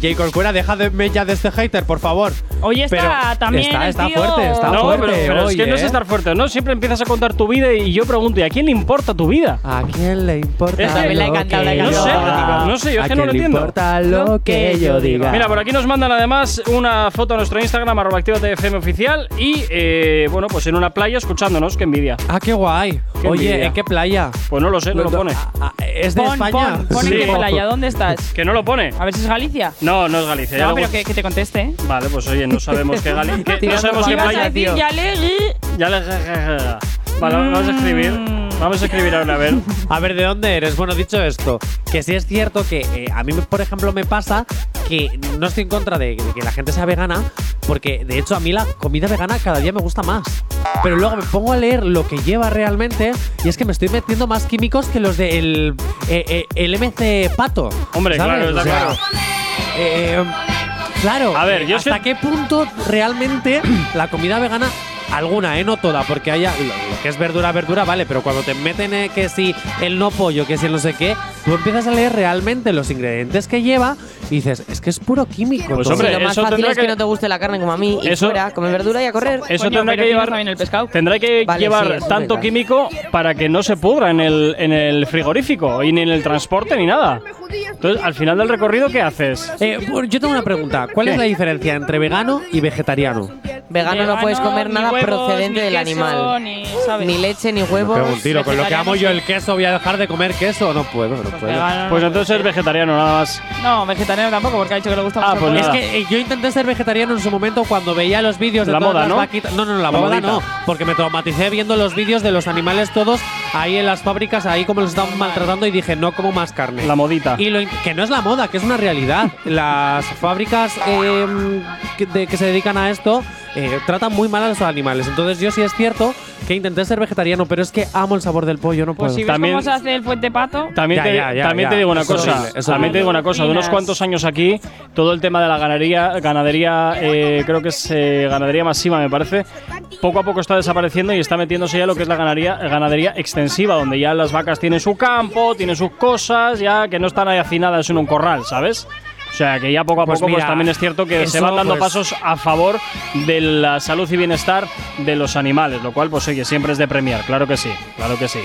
S5: Jay Corcuera, deja de me ya de este hater, por favor.
S4: Hoy está
S5: Pero
S4: también
S5: Está,
S4: el
S5: está
S4: tío-
S5: fuerte, está
S3: no,
S5: fuerte.
S3: pero, pero es
S5: hoy,
S3: que no es
S5: ¿eh?
S3: estar fuerte, ¿no? Siempre empiezas a contar tu vida y yo pregunto, ¿y a quién le importa tu vida?
S5: ¿A quién le importa?
S3: Es que-
S5: lo
S3: la he
S4: cantado, la he
S5: que
S3: No
S5: yo
S3: sé,
S5: haga?
S3: no sé, yo es
S5: ¿A
S3: que no
S5: quién
S3: lo
S5: le
S3: entiendo.
S5: importa lo que yo diga?
S3: Mira, por aquí nos mandan además una foto a nuestro Instagram, arroba FM oficial, y eh, bueno, pues en una playa escuchándonos, qué envidia.
S5: Ah, qué guay.
S3: Qué
S5: Oye,
S3: envidia.
S5: ¿en qué playa?
S3: Pues no lo sé, no lo pone.
S5: Ah, ¿Es de
S4: Pon,
S5: España?
S4: pon, pon en
S3: Sí.
S4: qué playa, ¿dónde estás?
S3: Que no lo pone.
S4: A ver si es Galicia.
S3: No, no es Galicia. ya
S4: No,
S3: lo
S4: pero
S3: bus-
S4: que, que te conteste, ¿eh?
S3: Vale, pues oye, no sabemos qué Galicia. no sabemos qué
S4: Ibas a
S3: playa.
S4: decir,
S3: tío.
S4: ya le-
S3: Ya le. Vale, vamos a escribir. Vamos a escribir ahora, a ver.
S5: A ver, ¿de dónde eres? Bueno, dicho esto, que sí es cierto que eh, a mí, por ejemplo, me pasa que no estoy en contra de, de que la gente sea vegana, porque de hecho a mí la comida vegana cada día me gusta más. Pero luego me pongo a leer lo que lleva realmente y es que me estoy metiendo más químicos que los del eh, eh, el MC pato.
S3: Hombre,
S5: ¿sabes?
S3: claro,
S5: O
S3: está
S5: sea,
S3: claro.
S5: eh, claro, eh,
S3: A ver, yo
S5: ¿hasta
S3: sé-
S5: qué punto realmente la comida vegana, alguna, eh, no toda, porque haya lo, lo que es verdura, verdura, vale, pero cuando te meten eh, que si el no pollo, que si el no sé qué, tú empiezas a leer realmente los ingredientes que lleva y dices, es que es puro químico.
S3: Pues
S5: todo".
S3: hombre,
S1: lo más
S3: eso
S1: fácil
S3: tendrá
S1: es que,
S3: que-
S1: no te guste la carne como a mí. Y
S3: Eso-
S1: fuera, comer verdura y a correr.
S3: Eso
S4: Coño,
S3: tendrá
S4: pero
S3: que
S4: tienes
S3: llevar-
S4: también el pescado.
S3: Tendrá que
S1: Vale, sí,
S3: llevar
S1: eso es
S3: tanto
S1: verdad.
S3: químico para que no se pudra en el, en el frigorífico, y ni en el transporte, ni nada. Entonces, al final del recorrido, ¿qué haces?
S5: Eh, bueno, yo tengo una pregunta, ¿cuál es la diferencia entre vegano y vegetariano?
S1: Vegano no puedes comer
S4: ni
S1: nada
S4: huevos,
S1: procedente
S4: ni
S1: del
S4: queso,
S1: animal.
S4: Ni, ¿sabes?
S1: Ni leche, ni huevos.
S5: con lo que amo
S4: vegetariano
S5: yo
S4: sí.
S5: el queso, voy a dejar de comer queso, no puedo, no puedo.
S4: Vegano,
S3: Pues
S4: no.
S3: entonces es vegetariano, nada más.
S4: No, vegetariano tampoco, porque ha dicho que le gusta
S3: Ah,
S4: mucho.
S3: pues
S4: el
S5: Es
S3: nada.
S5: que eh, yo intenté ser vegetariano en su momento cuando veía los vídeos de
S3: La
S5: todas
S3: moda,
S5: las
S3: ¿no?
S5: vaquitas. No, no, no, la,
S3: La
S5: moda
S3: modita.
S5: no. Porque me traumaticé viendo los vídeos de los animales todos ahí en las fábricas, ahí como los estaban maltratando y dije, no como más carne.
S3: La modita.
S5: y lo in- que no es la moda, que es una realidad. Las fábricas eh, que, de- que se dedican a esto eh, tratan muy mal a los animales. Entonces yo sí es cierto que intenté ser vegetariano, pero es que amo el sabor del pollo, no puedo.
S4: Pues si ves
S3: También-
S4: cómo se hace el puente pato,
S3: También,
S5: Ya,
S3: te,
S5: ya, ya,
S3: también
S5: ya.
S3: te digo una
S5: Es
S3: cosa.
S5: horrible, es
S3: también
S5: horrible.
S3: te digo una cosa. De unos
S4: Opinas.
S3: cuantos años aquí, todo el tema de la ganadería, ganadería, eh, creo que es eh, ganadería masiva, me parece, poco a poco está desapareciendo y está metiéndose ya lo que es la ganadería, ganadería extensiva, donde ya las vacas tienen su campo, tienen sus cosas, ya que no están ahí hacinadas en un corral, ¿sabes? O sea, que ya poco a
S5: Pues
S3: poco pues
S5: mira,
S3: también es cierto que se
S5: eso,
S3: van dando
S5: pues-
S3: pasos a favor de la salud y bienestar de los animales, lo cual, pues oye, siempre es de premiar, claro que sí, claro que sí.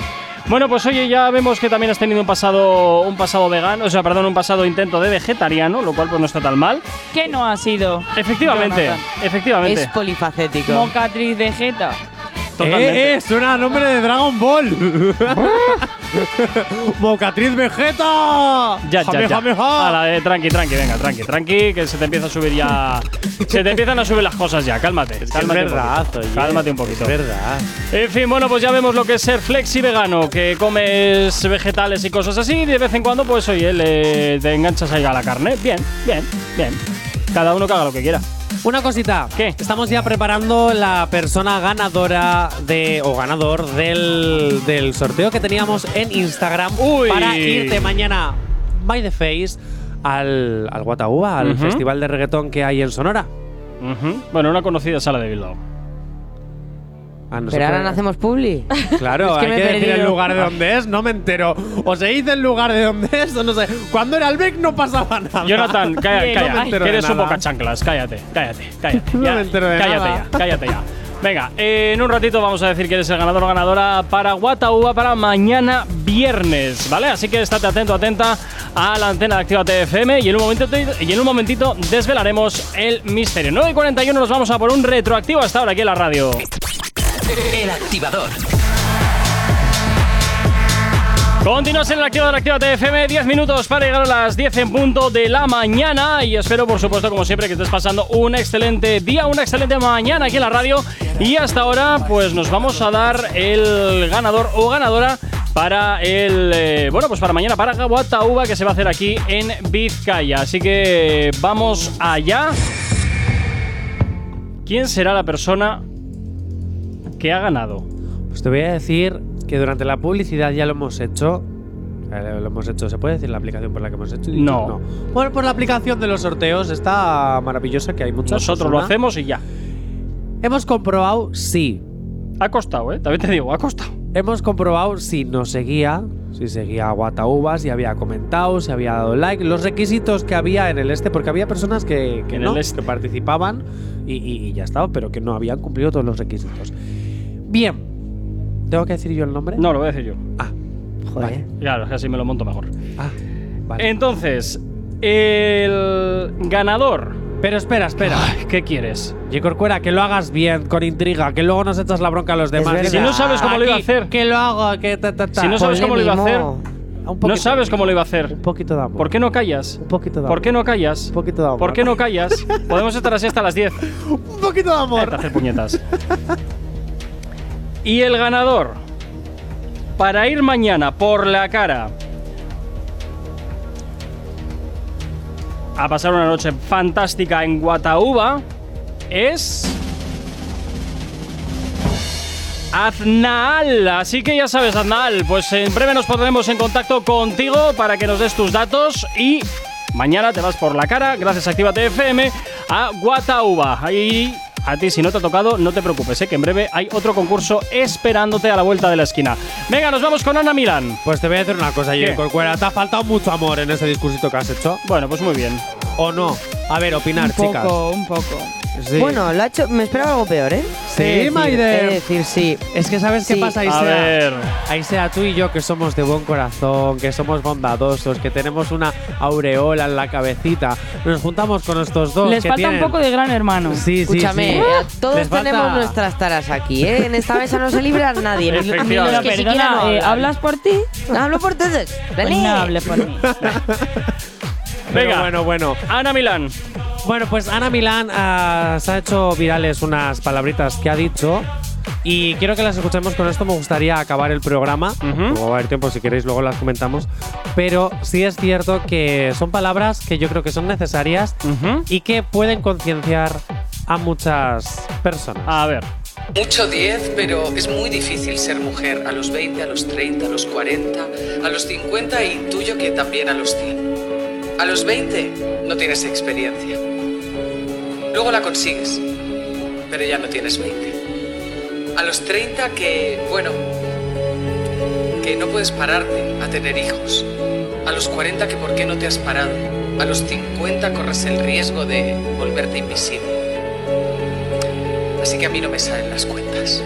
S3: Bueno, pues oye, ya vemos que también has tenido un pasado, un pasado vegano, o sea, perdón, un pasado intento de vegetariano, lo cual pues no está tan mal.
S4: ¿qué no ha sido?
S3: Efectivamente,
S4: Jonathan?
S3: efectivamente.
S1: Es polifacético.
S4: Mocatriz de Jeta.
S3: Totalmente.
S5: Eh, eh, suena a nombre de Dragon Ball. Mocatriz Vegeta.
S3: Ya, ya,
S5: Jame,
S3: ya.
S5: jame, ja.
S3: Ala, eh, tranqui, tranqui, venga, tranqui, tranqui, que se te empieza a subir ya. se te empiezan a subir las cosas ya, cálmate.
S5: Es que
S3: cálmate
S5: es
S3: un
S5: verdad,
S3: poquito,
S5: oye,
S3: Cálmate un poquito.
S5: Es verdad.
S3: En fin, bueno, pues ya vemos lo que es ser flexi vegano, que comes vegetales y cosas así, y de vez en cuando, pues oye, le, te enganchas ahí a la carne. Bien, bien, bien. Cada uno que haga lo que quiera.
S5: Una cosita.
S3: ¿Qué?
S5: Estamos ya preparando la persona ganadora de o ganador del, del sorteo que teníamos en Instagram
S3: Uy.
S5: para irte mañana by the face al, al Guataúba, al
S3: Ujú.
S5: festival de reggaetón que hay en Sonora.
S3: Bueno, una conocida sala de Bilbao.
S5: A
S1: Pero ahora no hacemos publi.
S5: Claro,
S1: Es
S5: hay
S1: que me he
S5: que decir el
S1: perdido.
S5: lugar de donde es, no me entero. O se dice el lugar de donde es, o no sé. Cuando era el Beck no pasaba nada.
S3: Jonathan, calla,
S5: Bien.
S3: calla,
S5: No me entero
S3: que
S5: de
S3: eres un
S5: nada.
S3: boca chanclas, cállate, cállate, cállate.
S5: No me entero de
S3: cállate
S5: nada.
S3: ya, cállate ya. Venga, eh, en un ratito vamos a decir que eres el ganador o ganadora para Guataúba para mañana viernes, ¿vale? Así que estate atento, atenta a la antena de Actívate FM y en un momentito, y en un momentito desvelaremos el misterio. 9 y 41 nos vamos a por un retroactivo hasta ahora aquí en la radio.
S2: El activador.
S3: Continuas en el activo de la Activa TFM, 10 minutos para llegar a las 10 en punto de la mañana y espero por supuesto como siempre que estés pasando un excelente día, una excelente mañana aquí en la radio y hasta ahora pues nos vamos a dar el ganador o ganadora para el eh, bueno pues para mañana para Guatauba que se va a hacer aquí en Vizcaya así que vamos allá ¿Quién será la persona que ha ganado?
S5: Pues te voy a decir que durante la publicidad ya lo hemos hecho. Eh, Lo hemos hecho, ¿se puede decir la aplicación por la que hemos hecho?
S3: No.
S5: Bueno, por la aplicación de los sorteos está maravillosa, que hay muchas.
S3: Nosotros lo
S5: Susana.
S3: hacemos y ya.
S5: Hemos comprobado si.
S3: Ha costado, ¿eh? También te digo, ha costado.
S5: Hemos comprobado si nos seguía, si seguía a Guataúba, si había comentado, si había dado like, los requisitos que había en el este, porque había personas que, que
S3: En
S5: no,
S3: el este.
S5: que participaban y, y- y ya estaba, pero que no habían cumplido todos los requisitos. Bien. ¿Tengo que decir yo el nombre?
S3: No, lo voy a decir yo.
S5: Joder.
S3: Claro, es que así me lo monto mejor.
S5: Ah,
S3: Entonces, el ganador.
S5: Pero espera, espera.
S3: ¿Qué quieres?
S5: Y Corcuera, que lo hagas bien, con intriga, que luego nos echas la bronca a los demás.
S3: verdad. Si no sabes cómo lo iba a
S5: hacer. Que lo hago, que ta, ta, ta.
S3: Si no sabes cómo lo iba a hacer, no sabes cómo lo iba a hacer.
S5: Un poquito de amor.
S3: ¿Por qué no callas?
S5: Un poquito de amor.
S3: ¿Por qué no callas?
S5: Un poquito de amor.
S3: ¿Por qué no callas? Podemos estar así hasta las 10.
S5: Un poquito de
S3: Vete a
S5: amor.
S3: hacer puñetas. Y el ganador para ir mañana por la cara a pasar una noche fantástica en Guataúba es Aznaal. Así que ya sabes, Aznaal, pues en breve nos pondremos en contacto contigo para que nos des tus datos y mañana te vas por la cara, gracias a Actívate FM, a Guatauba. Ahí. A ti, si no te ha tocado, no te preocupes, ¿eh? que en breve hay otro concurso esperándote a la vuelta de la esquina. Venga, nos vamos con Ana Milán.
S5: Pues te voy a decir una cosa,
S3: ¿Qué?
S5: Jay Corcuera. Te ha faltado mucho amor en ese discursito que has hecho.
S3: Bueno, pues muy bien.
S5: ¿O no? A ver, opinar,
S4: un poco,
S5: chicas.
S4: un poco.
S5: Sí.
S1: Bueno, lo ha hecho, me esperaba algo peor, ¿eh?
S5: Sí,
S1: He de decir-
S5: Maider.
S1: he de decir, sí.
S5: Es que sabes qué
S1: Sí.
S5: pasa, Isea.
S3: A ver.
S5: Aisea, tú y yo que somos de buen corazón, que somos bondadosos, que tenemos una aureola en la cabecita, nos juntamos con estos dos.
S4: Les
S5: que
S4: falta un
S5: tienen-
S4: poco de gran hermano.
S5: Sí, sí,
S1: Escúchame,
S5: sí.
S1: a todos
S5: Les falta-
S1: tenemos nuestras taras aquí, ¿eh? En esta mesa no se libra nadie. ni- Ni,
S3: Efectivamente.
S1: los
S4: Pero
S1: que
S4: perdona,
S1: siquiera no
S4: eh,
S1: hablan.
S4: ¿hablas por ti?
S1: Hablo por todos.
S4: Pues
S1: Dani.
S4: no hables por mí.
S5: Pero
S3: Venga.
S5: bueno, bueno.
S3: Ana Milán.
S5: Bueno, pues Ana Milán ah, se ha hecho virales unas palabritas que ha dicho. Y quiero que las escuchemos. Con esto me gustaría acabar el programa.
S3: Ujú.
S5: Luego va a haber tiempo, si queréis, luego las comentamos. Pero sí es cierto que son palabras que yo creo que son necesarias
S3: Ujú.
S5: y que pueden concienciar a muchas personas.
S3: A ver.
S12: Mucho 10, pero es muy difícil ser mujer a los 20, a los 30, a los 40, a los 50 y intuyo que también a los 100. A los 20 no tienes experiencia. Luego la consigues, pero ya no tienes 20. A los 30 que, bueno, que no puedes pararte a tener hijos. A los 40 que por qué no te has parado. A los 50 corres el riesgo de volverte invisible. Así que a mí no me salen las cuentas.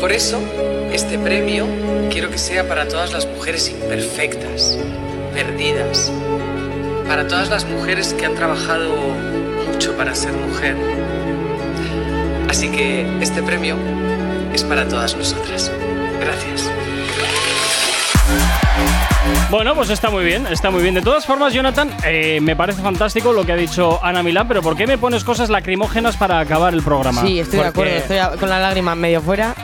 S12: Por eso, este premio quiero que sea para todas las mujeres imperfectas, perdidas, para todas las mujeres que han trabajado mucho para ser mujer. Así que este premio es para todas nosotras. Gracias.
S3: Bueno, pues está muy bien, está muy bien. De todas formas, Jonathan, eh, me parece fantástico lo que ha dicho Ana Milán, pero ¿por qué me pones cosas lacrimógenas para acabar el programa?
S1: Sí, estoy de acuerdo.
S5: Porque-
S1: Estoy a- con las lágrimas medio fuera.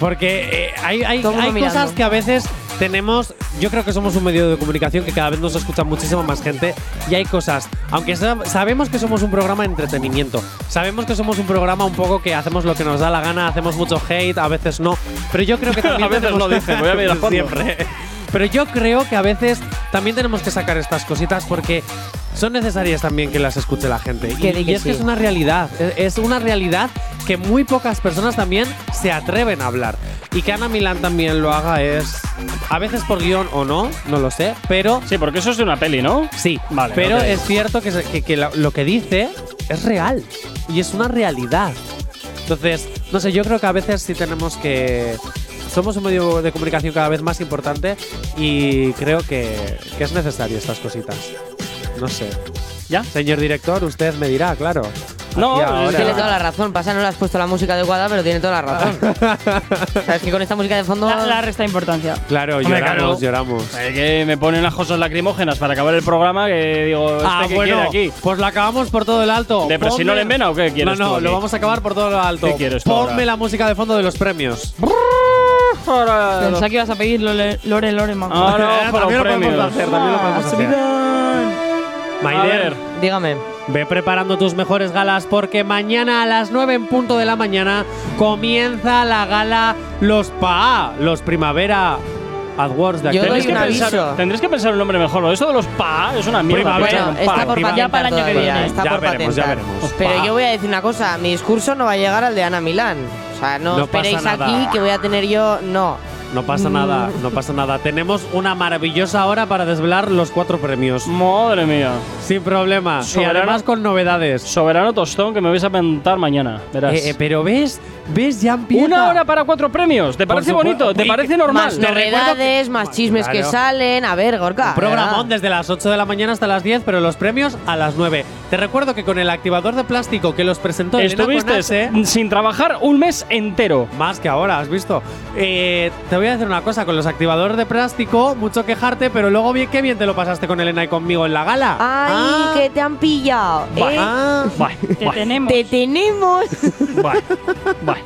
S5: Porque eh, hay, hay-
S1: Todo el mundo
S5: hay cosas
S1: mirando.
S5: que a veces tenemos. Yo creo que somos un medio de comunicación que cada vez nos escucha muchísima más gente. Y hay cosas. Aunque sab- sabemos que somos un programa de entretenimiento. Sabemos que somos un programa un poco que hacemos lo que nos da la gana. Hacemos mucho hate, a veces no. Pero yo creo que también.
S3: A veces
S5: tenemos-
S3: no dice, voy a mirar a fondo.
S5: Siempre. Pero yo creo que a veces también tenemos que sacar estas cositas porque son necesarias también que las escuche la gente. Y,
S1: Que di
S5: y
S1: que
S5: es que
S1: sí.
S5: es una realidad. e- Es una realidad que muy pocas personas también se atreven a hablar. Y que Ana Milán también lo haga es. A veces por guión o no, no lo sé, pero.
S3: Sí, porque eso es de una peli, ¿no?
S5: Sí.
S3: Vale,
S5: Pero
S3: ok.
S5: es cierto que, se- que- que la- lo que dice es real. Y es una realidad. Entonces, no sé, yo creo que a veces sí tenemos que. Somos un medio de comunicación cada vez más importante y creo que, que es necesario estas cositas. No sé.
S3: ¿Ya?
S5: Señor director, usted me dirá, claro. Aquí ahora.
S1: Tiene toda la razón. Pasa, no le has puesto la música adecuada, pero tiene toda la razón. Sabes que con esta música de fondo.
S4: La, la resta importancia.
S5: Claro,
S3: Hombre,
S5: lloramos,
S3: claro.
S5: lloramos.
S3: Eh, que me ponen las cosas lacrimógenas para acabar el programa que digo, ¿este
S5: Ah,
S3: qué
S5: bueno,
S3: quiere aquí?
S5: pues la acabamos por todo el alto.
S3: ¿De presión
S5: Ponme-
S3: en vena o qué quieres
S5: No, no,
S3: tú aquí?
S5: lo vamos a acabar por todo lo alto.
S3: ¿Qué quieres tú
S5: Ponme
S3: ahora?
S5: la música de fondo de los premios.
S4: Pensaba que ibas a pedir Lore, Lore, Lore man.
S3: Ah, no, para
S5: también lo
S3: un premio.
S5: podemos hacer, también lo
S1: Ah,
S5: podemos hacer. Maider,
S1: dígame.
S5: Ve preparando tus mejores galas porque mañana a las 9 en punto de la mañana comienza la gala Los PA, los Primavera AdWords de aquí.
S3: Tendréis que, pensar, tendréis que pensar un nombre mejor. ¿no? Esto de los PA es una mierda.
S5: Primavera.
S3: Bueno,
S5: Bueno, está por
S3: Primavera.
S1: patentar todavía, Está
S5: ya
S1: por
S5: veremos, ya
S1: patentar.
S5: veremos.
S1: Pero
S5: Pa.
S1: yo voy a decir una cosa, mi discurso no va a llegar al de Ana Milán. O sea, no,
S5: No
S1: esperéis
S5: pasa nada.
S1: aquí que voy a tener yo. No.
S5: No pasa nada, no pasa nada. Tenemos una maravillosa hora para desvelar los cuatro premios.
S3: Mm. Madre mía.
S5: Sin problema. Y
S3: Soberano-
S5: además con novedades.
S3: Soberano tostón que me vais a aventar mañana. Verás.
S5: Eh, eh, pero ves, ves, ya empieza. Ah,
S3: Una hora para cuatro premios. ¿Te
S5: Por
S3: parece
S5: supuesto.
S3: bonito? ¿Te
S5: Y-
S3: parece normal?
S1: Más novedades, más chismes
S5: Claro.
S1: que salen. A ver, Gorka.
S5: Programón desde las 8 de la mañana hasta las 10, pero los premios a las 9. Te recuerdo que con el activador de plástico que los presentó Elena
S3: Estuviste
S5: Conase-
S3: sin trabajar un mes entero.
S5: más que ahora, ¿has visto? Eh, te voy a decir una cosa, con los activadores de plástico, mucho quejarte, pero luego bien, qué bien te lo pasaste con Elena y conmigo en la gala.
S1: Ay,
S5: Ah.
S1: que te han pillado.
S5: Buah.
S1: ¿eh?
S5: Ah.
S4: Te tenemos.
S1: Te tenemos.
S3: Vale, vale.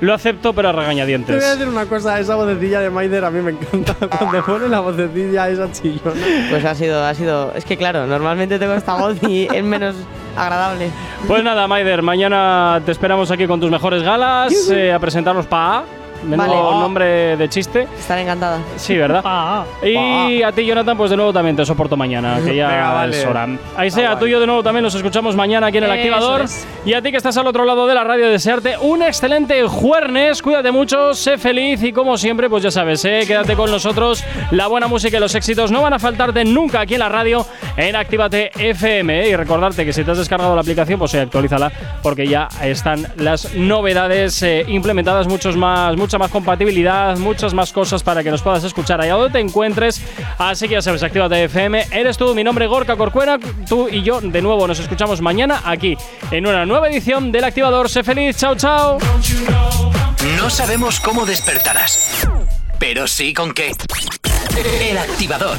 S3: Lo acepto, pero a
S5: Te voy a
S3: regañadientes.
S5: decir una cosa, esa vocecilla de Maider a mí me encanta. Cuando pone la vocecilla esa chillona.
S1: Pues ha sido, ha sido. Es que claro, normalmente tengo esta voz y es menos agradable.
S3: Pues nada, Maider, mañana te esperamos aquí con tus mejores galas eh, a presentarnos PA. Menudo
S1: Vale.
S3: nombre de chiste.
S1: Estaré encantada.
S3: Sí, ¿verdad?
S5: Ah,
S3: Y a ti, Jonathan, pues de nuevo también te soporto mañana, que ya
S5: Venga, vale.
S3: es hora. Ahí sea, tú y yo de nuevo también nos escuchamos mañana aquí en el
S4: Eso
S3: activador.
S4: es.
S3: Y a ti que estás al otro lado de la radio, desearte un excelente jueves. Cuídate mucho, sé feliz y como siempre, pues ya sabes, ¿eh? quédate con nosotros. La buena música y los éxitos no van a faltarte nunca aquí en la radio en Actívate FM. ¿eh? Y recordarte que si te has descargado la aplicación, pues sí, actualízala porque ya están las novedades eh, implementadas, muchos más, mucha más compatibilidad, muchas más cosas para que nos puedas escuchar allá donde te encuentres. Así que ya sabes, Actívate FM. Eres tú, mi nombre es Gorka Corcuera, tú y yo de nuevo nos escuchamos mañana aquí en una nueva edición del Activador. Sé feliz, chao, chao.
S2: No sabemos cómo despertarás, pero sí con qué. El activador.